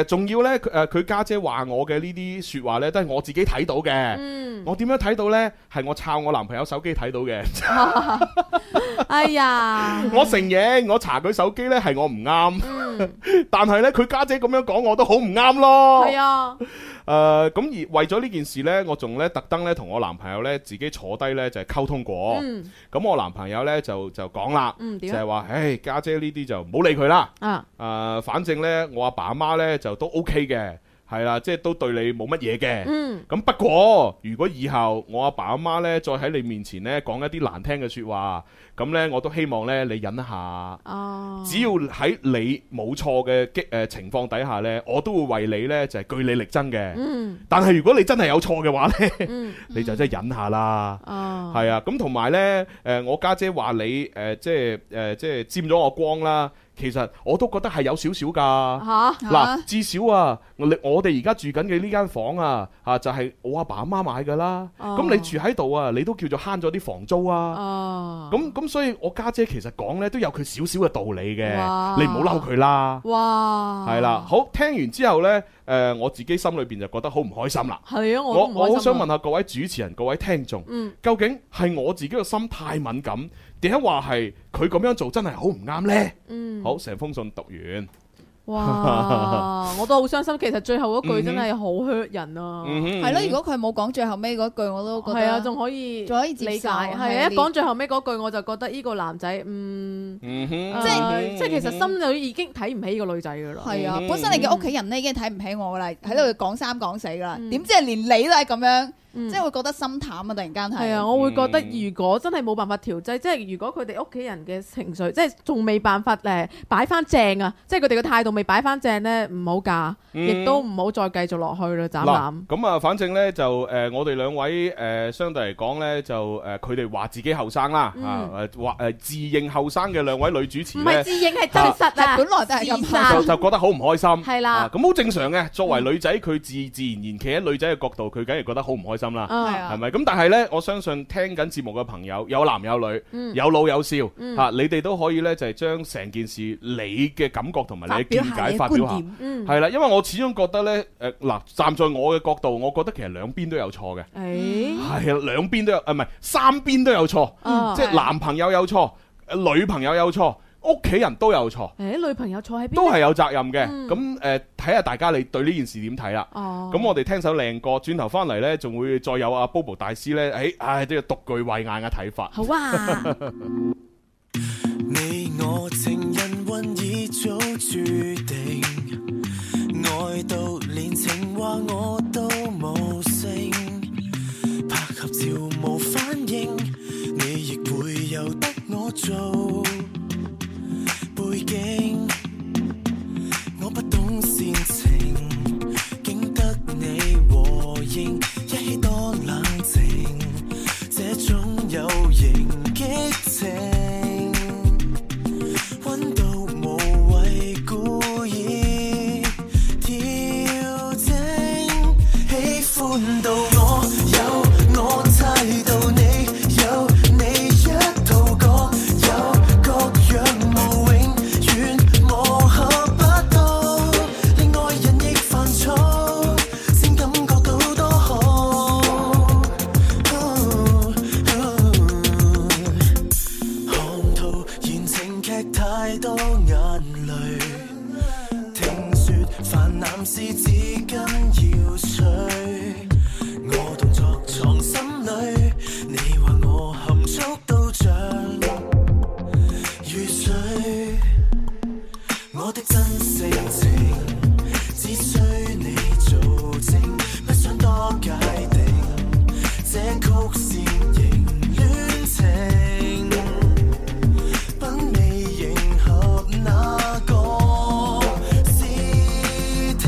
誒，仲要咧，佢誒佢家姐話我嘅呢啲説話咧，都係我自己睇到嘅嗯。我點樣睇到咧？係我抄我男朋友手機睇到嘅。 哎呀，我承認，我查佢手機咧係我唔啱， 但係咧佢家姐咁樣講我都好唔啱咯。嗯係啊，誒咁而為咗呢件事呢，我仲呢特登呢同我男朋友呢自己坐低呢就係溝通過。咁、嗯我男朋友呢就就講啦，嗯就點啊係話：，唉，家姐呢啲就唔好理佢啦。啊，誒、反正呢，我阿爸阿媽呢就都 OK 嘅，係啦，即係都對你冇乜嘢嘅。嗯咁不過，如果以後我阿爸阿媽呢再喺你面前呢講一啲難聽嘅説話，咁呢我都希望呢你忍一下。哦，只要喺你冇錯嘅激誒情況底下呢，我都會為你呢就係、據理力爭嘅。嗯但係如果你真係有錯嘅話呢，嗯，你就真係忍下啦。哦，係啊，咁同埋呢，誒我家姐話你誒即係誒即係佔咗我光啦。其實我都覺得係有少少㗎。嚇嗱，至少啊，我哋我哋而家住緊嘅呢間房啊，嚇就係我阿爸阿媽買㗎啦。哦咁你住喺度啊，你都叫做慳咗啲房租啊。哦，咁咁，所以我家姐其實講呢都有佢少少嘅道理嘅哇，你唔好嬲佢啦。哇，係啦，好聽完之後呢，誒我自己心裏邊就覺得好唔開心啦。係啊，我我我好想問，下各位主持人、各位聽眾，嗯究竟係我自己個心太敏感，定係話係佢咁樣做真係好唔啱呢？嗯，好，成封信讀完， 哇，我都好傷心，其實最後嗰句真係好 hurt 人啊，嗯哼係咯，如果佢冇講最後尾嗰句，我都覺得係啊，仲可以仲可以接受理解，係係啊，呢一講最後尾嗰句我就覺得呢個男仔，嗯，嗯哼，即係即係其實心裏已經睇唔起呢個女仔噶啦，係啊嗯，本身你嘅屋企人咧已經睇唔起我噶啦，喺度講三講四噶啦，點知係連你都係咁樣，即係會覺得心淡啊！突然間係。嗯係啊，我會覺得嗯如果真係冇辦法調劑，即係如果佢哋屋企人嘅情緒，即係仲未辦法誒擺翻正啊，即係佢哋嘅態度未擺翻正呢，唔好嫁，嗯亦都唔好再繼續落去啦，斬嗱纜。咁啊，反正呢，就誒、呃我哋兩位誒、呃相對嚟講呢，就誒佢哋話自己後生啦，嗯啊誒話誒自認後生嘅兩位女主持唔呢。係自認係真實啊，係本來都係咁 自殺就就覺得好唔開心，係啦嗯啊咁好正常嘅。作為女仔，佢自自然然企喺女仔嘅角度，佢梗係覺得好唔開心啦，嗯係啊係咪？咁但係呢，我相信聽緊節目嘅朋友，有男有女，嗯有老有少，嗯嚇你哋都可以呢，就係將成件事你嘅感覺同埋你嘅見解發發表表下下你嘅觀點，嗯係啦，因為我始終覺得呢，誒嗱，站在我嘅角度，我覺得其實兩邊都有錯嘅。誒係啊，兩邊都有，啊唔係三邊都有錯，嗯即係係男朋友有錯，呃女朋友有錯，屋企人都有錯。誒女朋友坐喺邊呢？都係有責任嘅。嗯咁誒，睇下大家你對呢件事點睇啦。哦，咁我哋聽首靚歌，轉頭翻嚟呢，仲會再有阿 Bobo 大師呢，誒，唉，都要獨具慧眼嘅睇法。好啊。你我情人運已早注定，愛到連情話我都無聲，拍合照無反應，你亦會由得我做背景。我不懂煽情，竟得你和應，一起多冷靜，這種有型激情，溫度無謂故意調整，喜歡到我有我態度，你有你一套講有各樣無永遠磨合不到，令愛人亦煩躁，先感覺到多好。看套言情劇太多眼淚，聽說煩男是紙巾要水，我動作曲線型戀情，品味迎合那個視聽，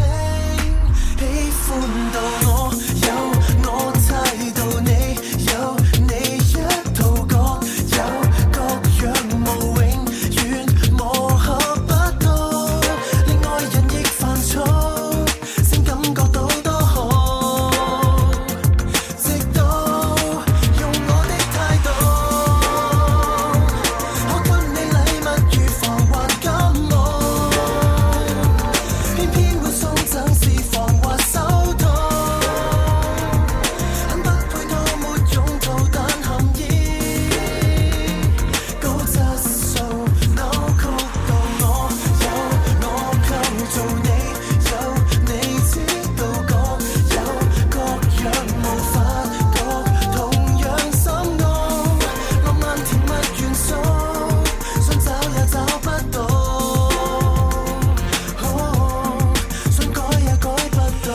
喜歡到我有我態度，你有你一套各有各樣務，永遠磨合不到，令愛人亦煩躁，先感覺到多好。直到用我的態度，可給你禮物預防或感冒，偏偏會送贈是防或手套，很不配到沒擁抱，但含義高質素扭曲到我有我構造，你有你知道我有。各樣無法覺，同樣心安。浪漫甜蜜元素，想找也找不到，想改也改不到，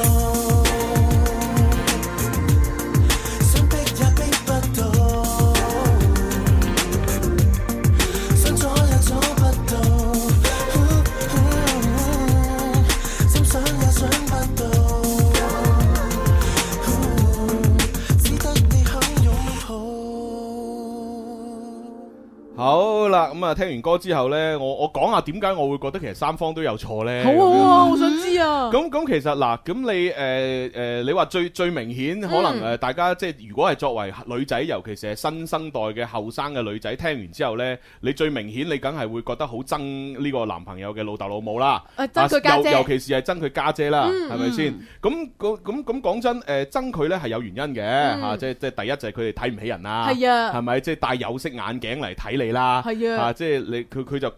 想逼也逼不到，想阻也阻不到，心想也想不到。只得你肯擁好啦，咁啊，聽完歌之後呢，我我講下點解我會覺得其實三方都有錯呢？好啊，好想知啊。咁咁其實嗱，咁你誒誒，你話最最明顯可能嗯誒，大家即係如果係作為女仔，尤其是係新生代嘅後生嘅女仔，聽完之後呢，你最明顯你梗係會覺得好憎呢個男朋友嘅老豆老母啦，啊誒憎佢家姐尤尤其是係憎佢家姐啦，嗯係咪先？咁咁咁咁講真，誒憎佢呢係有原因嘅嗯嚇，即係即係第一就係佢哋睇唔起人啦，係啊係咪？即係戴有色眼鏡嚟睇你啦，係啊即係你佢佢就誒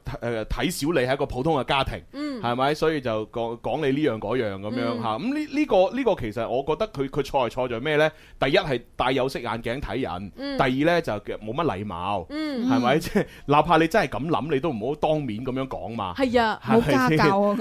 睇小你係一個普通嘅家庭，嗯係咪？所以就講講你呢樣嗰樣咁樣嗯嚇。咁呢呢個呢個其實我覺得佢佢錯係錯在咩呢？第一係戴有色眼鏡睇人，嗯第二呢就冇乜禮貌，嗯係咪？即 係哪怕你真係咁諗，你都唔好當面咁樣講 嘛。係啊，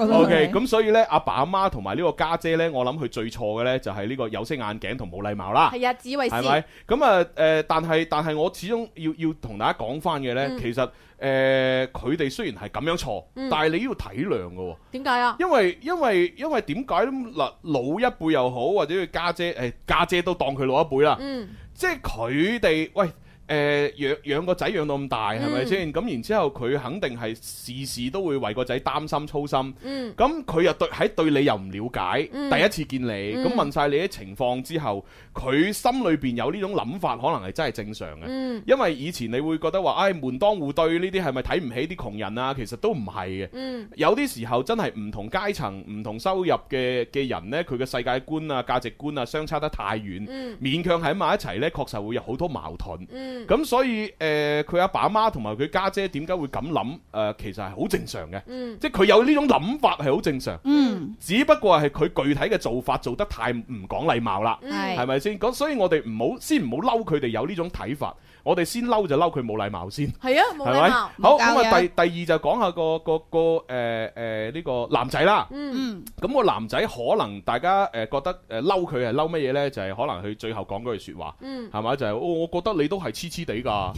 O K，咁所以呢，阿爸阿媽同埋呢個家姐呢，我諗佢最錯嘅呢就係呢個有色眼鏡同冇禮貌啦。係啊，紫慧係咪？咁啊誒，但係但係我始終要要同大家講翻嘅呢，嗯其實誒佢哋雖然係咁樣錯，嗯但係你要體諒嘅喎。點解啊？因為因為因為點解咧嗱，老一輩又好，或者佢家姐誒家姐都當佢老一輩啦，嗯即係佢哋喂。誒、養養個仔養到咁大係咪嗯先？咁、然之後佢肯定係事事都會為個仔擔心操心。嗯咁佢又對喺對你又唔了解，嗯第一次見你，咁、嗯問晒你啲情況之後，佢心裏邊有呢種諗法，可能係真係正常嘅。嗯因為以前你會覺得話，唉、門當戶對呢啲係咪睇唔起啲窮人啊？其實都唔係嘅。嗯有啲時候真係唔同階層、唔同收入嘅嘅人呢，佢嘅世界觀啊、價值觀啊相差得太遠，嗯勉強喺埋一齊呢，確實會有好多矛盾。嗯咁所以誒，佢阿爸阿媽同埋佢家姐點解會咁諗？誒、呃其實係好正常嘅，嗯即係佢有呢種諗法係好正常。嗯，只不過係佢具體嘅做法做得太唔講禮貌啦，係係咪先？咁所以我哋唔好先唔好嬲佢哋有呢種睇法，我哋先嬲就嬲佢冇禮貌先。係啊，系冇咪？禮貌好。咁啊，第第二就講下個個個誒誒呢個男仔啦。嗯咁個男仔可能大家誒覺得誒呃嬲佢係嬲乜嘢呢？就係可能佢最後講嗰句説話，嗯係咪？就係哦我覺得你都係黐黐地 㗎，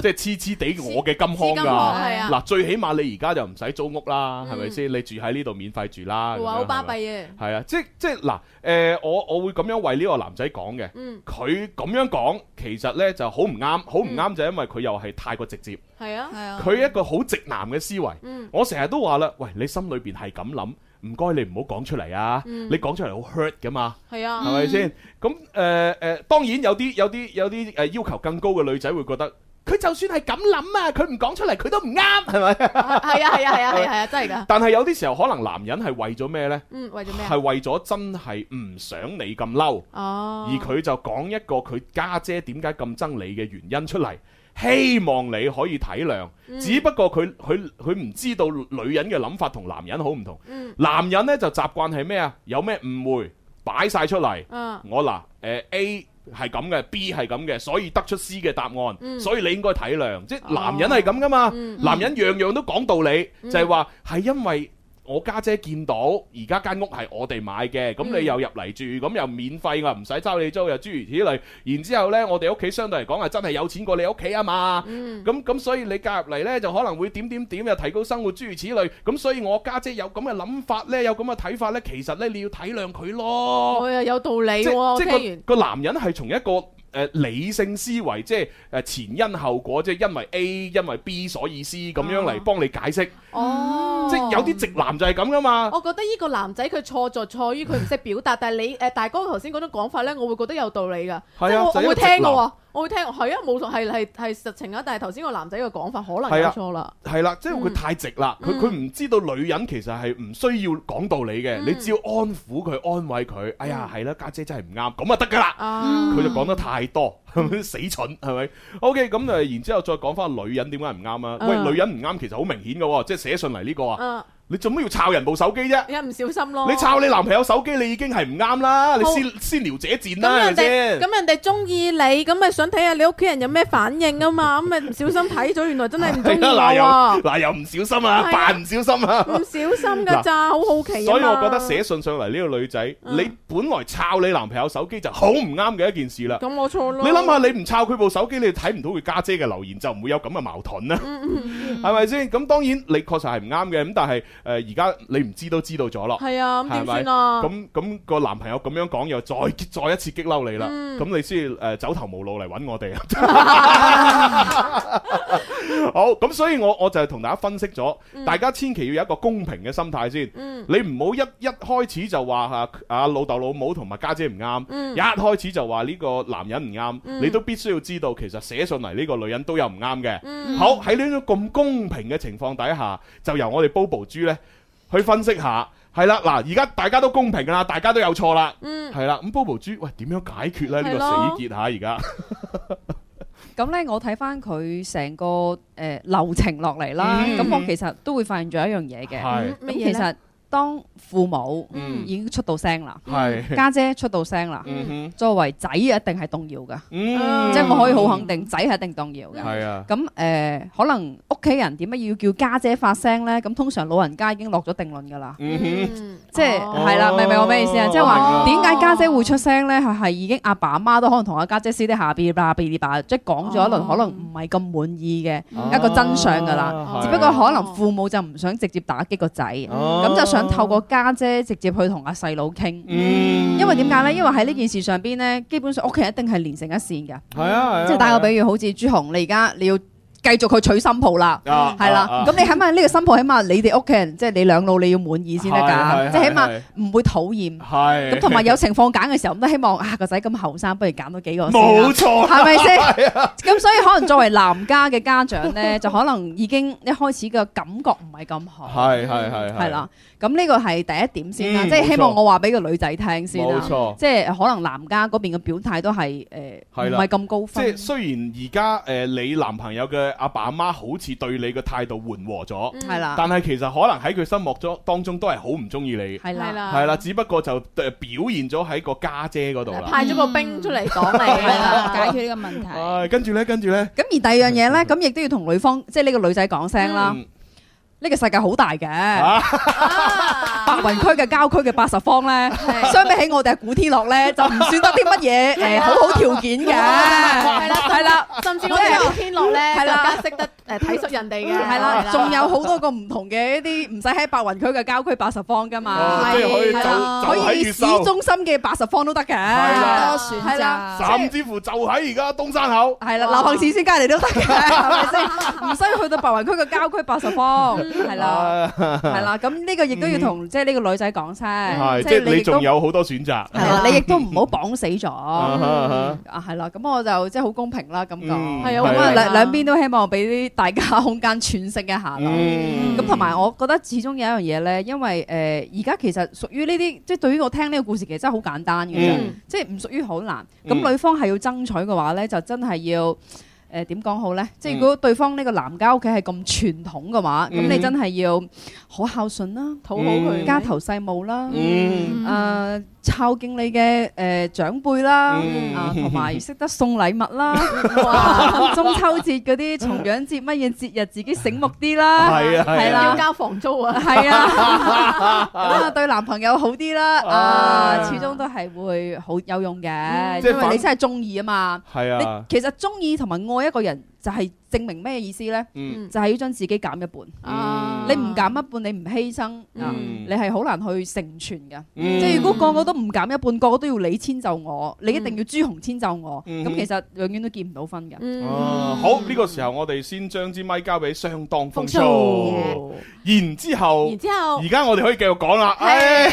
即係黐黐地我嘅金黐金腔腔係啊嗯㗎。嗱，最起碼你而家就唔使租屋啦，係咪先？你住喺呢度免費住啦。咁哇，樣好巴係咪閉啊！係啊，即即嗱，誒、呃我我會咁樣為呢個男仔講嘅，嗯佢咁樣講其實呢就好唔啱，好唔啱就因為佢又係太過直接，係啊，嗯係佢、一個好直男嘅思維。嗯我成日都話啦，喂，你心裏邊係咁諗，唔該你唔好講出嚟啊，嗯你講出嚟好 hurt 噶嘛。係啊，係咪先？咁誒誒，當然有啲有啲有啲誒呃要求更高嘅女仔會覺得，佢就算係咁諗啊，佢唔講出嚟佢都唔啱，係咪？係啊，係啊，係啊，係啊，係啊，真係㗎。但係有啲時候可能男人係為咗咩呢？嗯，為咗咩啊？係為咗真係唔想你咁嬲，哦，而佢就講一個佢家姐點解咁憎你嘅原因出嚟，希望你可以體諒。嗯只不過佢佢佢唔知道女人嘅諗法同男人好唔同。嗯男人呢就習慣係咩啊？有咩誤會擺晒出嚟。嗯我嗱誒、呃 A 係咁嘅，B 係咁嘅，所以得出 C 嘅答案，嗯所以你應該體諒。即係男人係咁噶嘛，嗯男人樣樣都講道理，就係話係因為。我家姐見到而家間屋係我哋買嘅，咁嗯你又入嚟住，咁又免費㗎，唔使收你租，又諸如此類。然之後呢，我哋屋企相對嚟講係真係有錢過你屋企啊嘛。嗯咁咁所以你嫁入嚟呢，就可能會點點點又提高生活諸如此類。咁所以我家姐有咁嘅諗法呢，有咁嘅睇法呢，其實呢，你要體諒佢咯。哦我又有道理哦即喎，我即聽完。個個男人係從一個誒、理性思維，即係誒前因後果，即係因為 A 因為 B 所以 C 咁樣嚟幫你解釋。哦嗯即係有啲直男就係咁噶嘛。我覺得呢個男仔佢錯就錯於佢唔識表達，但係 你誒大哥頭先嗰種講法咧，我會覺得有道理㗎，即係啊係我就係一我個會直聽㗎男喎，我會聽，係啊冇錯係係係實情啊，但係頭先個男仔嘅講法可能係有啊錯啦，係啦，嗯即係佢太直啦，佢佢唔知道女人其實係唔需要講道理嗯嘅，你只要安撫佢、安慰佢。哎呀，係啦，家姐真係唔啱，咁啊得㗎啦。啊佢就講得太多， 死蠢係咪？OK，咁誒，然之後再講翻女人點解唔啱啊？嗯喂，女人唔啱其實好明顯嘅喎，即係寫信嚟呢個啊嗯，你做咩要抄人部手機啫？一唔小心咯，你抄你男朋友手機，你已經係唔啱啦，你哦好先先聊者賤啦，係咁人咪哋先？咁人哋中意你，咁咪想睇下你屋企人有咩反應啊嘛，咁咪唔小心睇咗，原來真係唔中 意係啊嗱又我喎，嗱又唔小心係啊，啊扮唔小心 啊，唔小心㗎咋，好好奇啊所以我覺得嘛寫信上嚟呢個女仔，嗯你本來抄你男朋友手機就好唔啱嘅一件事啦。咁我錯咯，你諗下，你唔抄佢部手機，你睇唔到佢家姐嘅留言，就唔會有咁嘅矛盾啦。嗯係咪先？咁當然你確實係唔啱嘅，咁但係誒呃而家你唔知都知道咗咯。係啊咁點係咪算啊咁咁個男朋友咁樣講，又再 再一次激嬲你啦。嗯咁你先誒走投無路嚟揾我哋。啊 好，咁所以我我就係同大家分析咗，嗯大家千祈要有一個公平嘅心態先。嗯你唔好一一開始就話啊啊老豆老母同埋家姐唔啱，嗯一開始就話呢個男人唔啱，嗯你都必須要知道，其實寫信嚟呢個女人都有唔啱嘅。嗯好喺呢種咁公平嘅情況底下，就由我哋 Bobo 豬呢去分析下。係啦，嗱，而家大家都公平啦，大家都有錯啦，嗯係啦，咁 Bobo 豬，喂，點樣解決呢？呢個係咯死結嚇而家。咁咧，我睇翻佢成個誒、呃流程落嚟啦，嗯咁、我其實都會發現咗一樣嘢嘅。係咁乜嘢其咧實當父母嗯已經出到聲啦，係家姐出到聲啦嗯哼，作為仔一定係動搖噶，嗯即係我可以好肯定，仔係一定動搖嘅。係啊咁誒、呃可能屋企人點解要叫家姐發聲咧？咁通常老人家已經落咗定論㗎啦。嗯即係哦係啦，明唔明我咩意思啊？即係話點解家姐會出聲咧？係係已經阿爸阿媽都可能同阿家姐私底下邊吧邊吧，即係講咗一輪可能唔係咁滿意嘅一個真相㗎啦啊哦。只不過可能父母就唔想直接打擊個仔，哦咁就想透過家姐直接去同阿細佬傾。嗯因為點解咧？因為喺呢件事上邊咧，基本上屋企人一定係連成一線㗎。係啊係啊即係打個比喻，好似朱紅，你而家你要。繼續去取新抱啦，啊啊係啦，咁你起碼呢個新抱，起碼你哋屋企人，即係你兩老你要滿意先得係係㗎，即係起係碼唔會討 厭。係咁同埋有情況揀嘅時候，咁都希望啊個仔咁後生，不如揀多幾個先啦冇錯啦係咪先係啊？咁所以可能作為男家嘅家長咧，就可能已經一開始嘅感覺唔係咁好，係係係係啦。咁呢個係第一點先啦，嗯即係希冇望錯我話俾個女仔聽先啦冇錯，即係可能男家嗰邊嘅表態都係誒係唔啦係咁高即係分，雖然而家誒你男朋友嘅阿爸阿媽好似對你嘅態度緩和咗，嗯係啦但係其實可能喺佢心目中當中都係好唔中意你，係啦係啦係啦，只不過就誒呃表現咗喺個家姐嗰度啦，派咗個兵出嚟講你啦，解決呢個問題。唉跟住呢，跟住呢，咁而第二樣嘢咧，嗯咁亦都要同女方，即係呢個女仔講聲啦。呢個世界好大嘅，啊白雲區嘅郊區嘅八十方咧，相比起我哋係古天樂咧，就唔算得啲 乜嘢誒好好條件嘅，係啦係啦，甚至即我哋係古天樂咧，係更啦加識得誒體恤人哋嘅，係啦，仲有好多個唔同嘅一啲，唔使喺白雲區嘅郊區八十方噶嘛哦，即係可以啊係啦就就喺可以越市秀中心嘅八十方都得嘅，啦多選擇係啦，甚至乎就喺而家東山口，係啦，流行市先隔離都 得嘅，係咪先？唔需要去到白雲區嘅郊區八十方，係啦。 係係啦，咁呢個亦都要同即係呢個女仔講聲，係即係亦你都仲有好多選擇，係啊啦，你亦都唔好綁死咗。哈啊係啦，咁我就即係好公平啦，咁講嗯咁係啊啊兩兩邊都希望俾啲大家空間喘息一下啦。嗯咁同埋我覺得始終有一樣嘢咧，因為呃誒而家其實屬於呢啲，即係對於我聽呢個故事其實真係好簡單嘅啫嗯，即係唔屬於好難。嗯咁女方係要爭取嘅話咧，就真係要。誒、誒點講好呢？即係如果對方呢個男家屋企係咁傳統嘅話，咁你嗯嗯真係要好孝順啦，討好佢家頭細務啦，嗯誒孝敬你嘅誒長輩啦，嗯啊同埋識得送禮物啦， 哇中秋節嗰啲重陽節乜嘢節日自己醒目 啲啦，係啊係啊係啦要，交房租啊，係 啊，咁啊對男朋友好啲啦，啊始終都係會好有用嘅，嗯即係因為反你真係中意啊嘛。係啊你其實中意同埋愛一個人就係證明咩意思呢？嗯就係要將自己減一半。你唔減一半，你唔犧牲，嗯啊你係好難去成全嘅。嗯即係如果個個都唔減一半，個個都要你遷就我，你一定要朱紅遷就我，嗯咁其實永遠都見唔到分嘅。嗯啊好，呢個時候我哋先將支咪交俾相當風風騷騷，然之後，然之後哦而家我哋可以繼續講啦。唉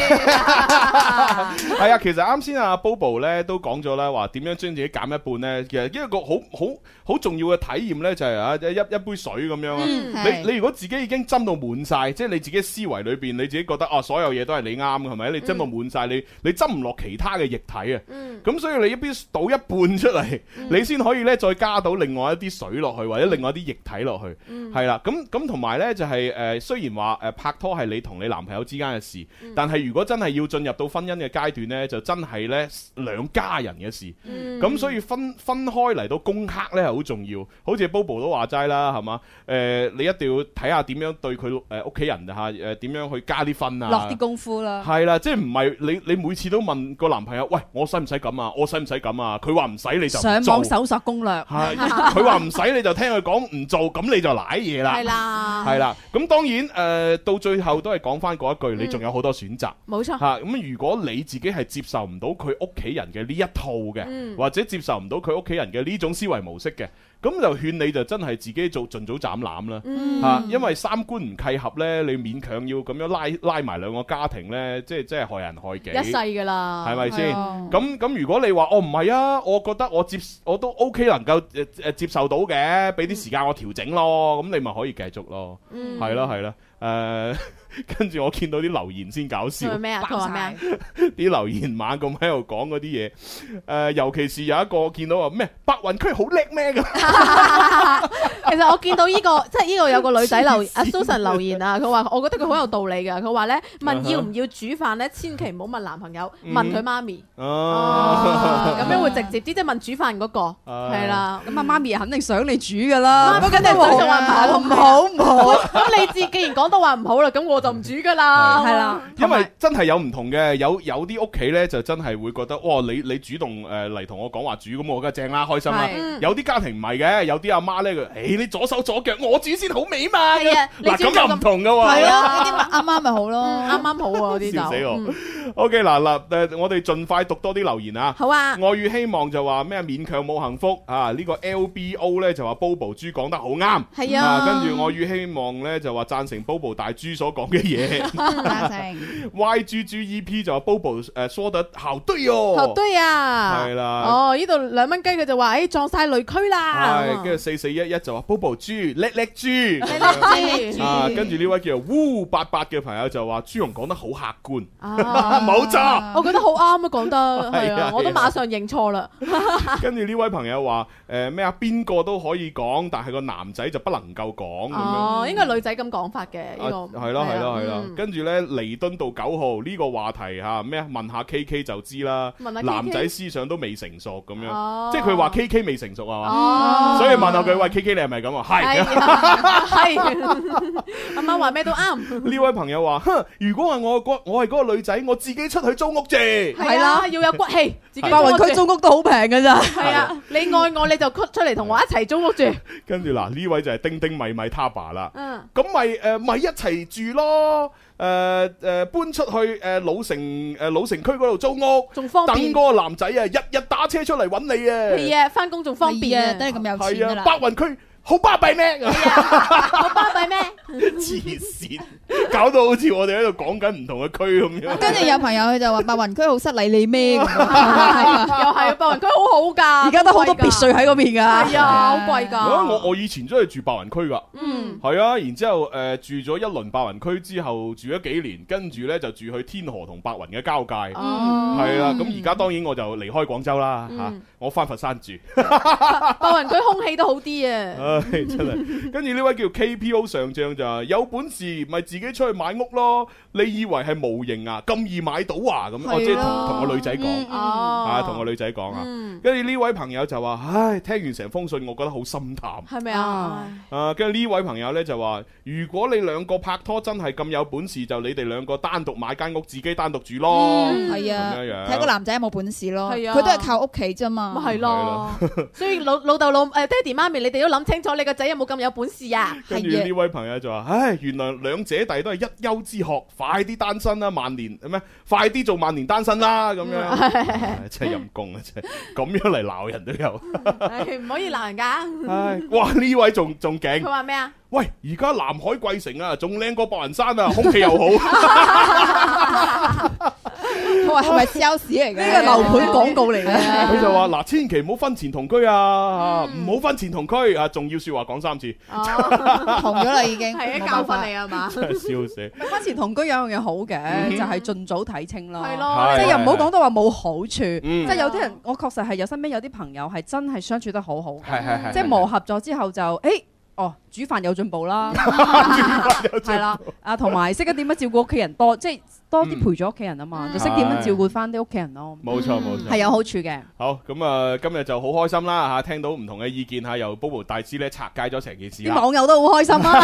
係啊，其實啱先阿 Bobo 咧都講咗啦，話點樣將自己減一半咧。其實一個好好好重要嘅體驗咧，就係啊一一杯水咁樣啊。嗯係你你如果自己已經斟到滿晒，即係你自己思維裏邊，你自己覺得啊所有嘢都係你啱嘅，係咪？你斟到滿晒，你你斟唔落其他嘅液體啊。咁所以你一邊倒一半出嚟，嗯你先可以咧再加到另外一啲水落去，或者另外一啲液體落去，嗯係啦。咁咁同埋呢，就係、誒、雖然話誒、呃拍拖係你同你男朋友之間嘅事，嗯但係如果真係要進入到婚姻嘅階段呢，就真係呢兩家人嘅事。嗯咁、所以分分開嚟到攻克呢係好重要。好似 Bobo 都話齋啦，係嘛？誒、呃你一定要睇下點樣對佢呃誒屋企人嚇誒點樣去加啲分啊，落啲功夫啦。係啦，即係唔係你你每次都問個男朋友，喂，我使唔使咁啊？我使唔使咁啊？佢話唔使你就唔上網做搜索攻略。係啊佢話唔使你就聽佢講唔做，咁你就賴嘢啦。係啦係啦。咁當然诶、呃到最後都係講翻嗰一句，你仲有好多選擇。冇錯吓咁，如果你自己係接受唔到佢屋企人嘅呢一套嘅，嗯或者接受唔到佢屋企人嘅呢種思維模式嘅，咁就勸你就真係自己做盡早斬攬啦。嗯吓，啊因為三觀唔契合呢，你勉強要咁樣拉拉埋兩個家庭呢，即係即係害人害己。一世㗎啦，係咪先？係啊咁咁如果你話我唔係啊，我覺得我接我都 OK 能夠誒誒接受到嘅，俾啲時間我調整咯，咁你咪可以繼續咯，嗯係啦係啦，誒 跟住我見到啲留言先搞佢笑話，咩啊？佢話咩啊？啲留言猛咁喺度講嗰啲嘢，誒尤其是有一個我見到話咩白雲區好叻咩咁， 其實我見到呢個， 即係呢個有個女仔留阿 Susan 留言啊，佢話我覺得佢好有道理㗎。佢話咧嗯問哼要唔要煮飯咧，千祈唔好問男朋友，嗯問佢媽咪，啊哦咁樣會直接啲，即係問煮飯嗰個啊係啦。咁啊，媽咪肯定想你煮噶嗯哦啦，媽咪肯定想做話唔好唔好唔好，咁你自既然講到話唔好啦，咁我就唔煮㗎啦，係啦。因為真係有唔同嘅，有有啲屋企呢，就真係會覺得，哇！你你主動誒嚟同我講話煮，咁我梗係正啦，開心啦嗯係。啊有啲家庭唔係嘅，有啲阿媽呢，佢，誒你左手左腳，我煮先好味嘛。係啊你嗱煮就咁又唔同嘅啊喎。係咯，呢啊啲咪啱啱咪好咯，嗯啱啱好喎，嗰啲就笑死嗯我。OK 嗱嗱，誒我哋盡快讀多啲留言啊。好啊 愛與希望就話咩勉強冇幸福啊？呢個 LBO 呢，就話 Bobo 豬講得好啱。哎係啊跟住愛與希望呢，就話贊成 Bobo 大豬所講嘅 嘢。Y G G E P 就話 Bobo 誒說得校對哦，哦，對啊，係啦哦，呢度兩蚊雞佢就話，誒撞晒雷區啦，係跟住四四一一就話 Bobo 豬叻叻豬，叻豬啊，跟住呢位叫做烏八八嘅朋友就話朱紅講得好客觀， 啊冇錯。我覺得好啱啊，講得 係係啊啊，我都馬上認錯啦，跟住呢位朋友話誒咩啊，邊個都可以講，但係個男仔就不能夠講咁樣。哦，應該係女仔咁講法嘅啊，呢個，係咯係咯係咯嗯，跟住呢，彌敦道九號呢個話題嚇咩啊？問下 K K 就知啦，問下 KK 男仔思想都未成熟咁哦樣，即係佢話 K K 未成熟係嘛，哦所以問下佢喂 K K 你係咪咁啊？係。 係阿媽話咩都 啱，呢位朋友話：，哼，如果係我嗰我係嗰個女仔，我自己出去租屋住。係係啦，要有骨氣，自己白雲區租屋住。屋都好平㗎咋。係啊，你愛我你就出出嚟同我一齊租屋住，跟住嗱，呢位就係丁丁米米他爸啦。嗯，咁咪誒咪一齊住咯，誒、誒、搬出去誒、老城誒、老城區嗰度租屋，仲方便等 E 嗰個男仔啊，日日打車出嚟揾你啊，係啊，翻工仲方 E 便係啊都係咁有係啊，白雲區好巴閉 咩？ 好巴閉咩？黐線，搞到好似我哋喺度講緊唔同嘅區咁樣。跟住有朋友佢就話白雲區好失禮 你咩咁又係啊，白雲區好好㗎，而家都好多貴㗎別墅喺嗰邊㗎。啊係啊，好貴啊㗎，我我以前都係住白雲區㗎。嗯，係啊，然之後誒、呃住咗一輪白雲區之後，住咗幾年，跟住呢就住去天河同白雲嘅交界，係啊哦啦、咁而家當然我就離開廣州啦嚇。嗯我翻佛山住。白云居空氣都好啲啊！唉，真系。跟住呢位叫 KPO 上將就話有本事咪自己出去買屋咯。你以為係模型啊？咁易買到啊？咁，我即係係同咯同個女嗯仔講，哦啊，同個女仔講啊。跟住呢位朋友就話：，唉，聽完成封信，我覺得好心淡。係咪啊？啊，跟住呢位朋友呢就話：，如果你兩個拍拖真係咁有本事，就你哋兩個單獨買間屋，自己單獨住咯。係啊咁樣樣睇個男仔有冇本事咯，係啊佢都係靠屋企啫嘛。咪係咯，所以老老豆老诶爹哋媽咪，你哋都諗清楚，你個仔有冇咁有本事啊？跟住呢位朋友就話：，唉，原來兩姐弟都係一丘之貉，快啲單身啦，萬年咩？快啲做萬年單身啦，咁樣，嗯唉真係陰公啊！真係咁樣嚟鬧人都有，唉唔可以鬧人唉㗎。，哇！呢位仲仲勁佢， 話咩啊？喂，而家南海貴城啊，仲靚過白雲山啊，空氣又好，佢話係咪 sales 嚟嘅？呢個樓盤廣告嚟啊嘅。佢就話嗱，千祈唔好分前同居啊，唔好分前同居啊，重要説話講三次， 同咗啦已經，冇係啊，辦教法訓你啊嘛。真係笑死。婚前同居有樣嘢好嗯嘅，就係盡早睇清咯。係咯即係又唔好講到話冇好處。嗯即係有啲人，我確實係有身邊有啲朋友係真係相處得好好嘅，係係係即係磨合咗之後就誒。哦，煮飯有進步 啦， 係啦，啊，同埋識得點樣照顧屋企人多，即係多嗯啲陪咗屋企人啊嗯嘛，就識點樣照顧翻啲屋企人咯，冇錯冇錯係啊有好處嘅。好咁啊！今日就好開心啦嚇，聽到唔同嘅意見嚇，由 Bobo 大師咧拆解咗成件事啲啦，網友都好開 心啊，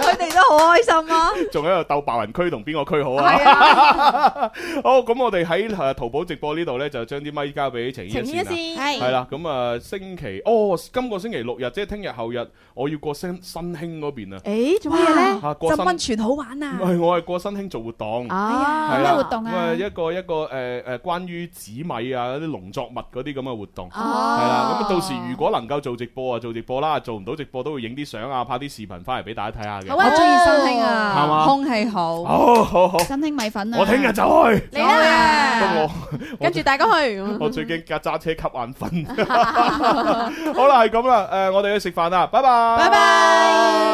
佢哋都好開心啊。仲喺度鬥白雲區同邊個區好係啊？ 好咁，我哋喺誒淘寶直播呢度咧，就將啲咪交俾晴情天牽先一啦。線係係啦，咁啊，星期哦，今個星期六日，即係聽日後日，我要過新新興嗰邊啊，誒做乜嘢咧？嚇過浸新，温泉好玩啊唔！係我係過新興做活動。啊，係咩啦活動咁啊，啊？一個一個誒誒，關於紫米啊、啲農作物嗰啲咁嘅活動。哦係啦，咁啊到時如果能夠做直播啊，做直播啦；做唔到直播都會影啲相啊，拍啲視頻翻嚟俾大家睇下嘅。好我啊中意新興係嘛啊，空氣好。好好好，新興米嗯 粉啊！我聽日就去。 你啦，我跟住大家去。我最驚架揸車吸眼 瞓。好啦，係咁啦，誒，我哋去食飯啦，拜拜。拜拜。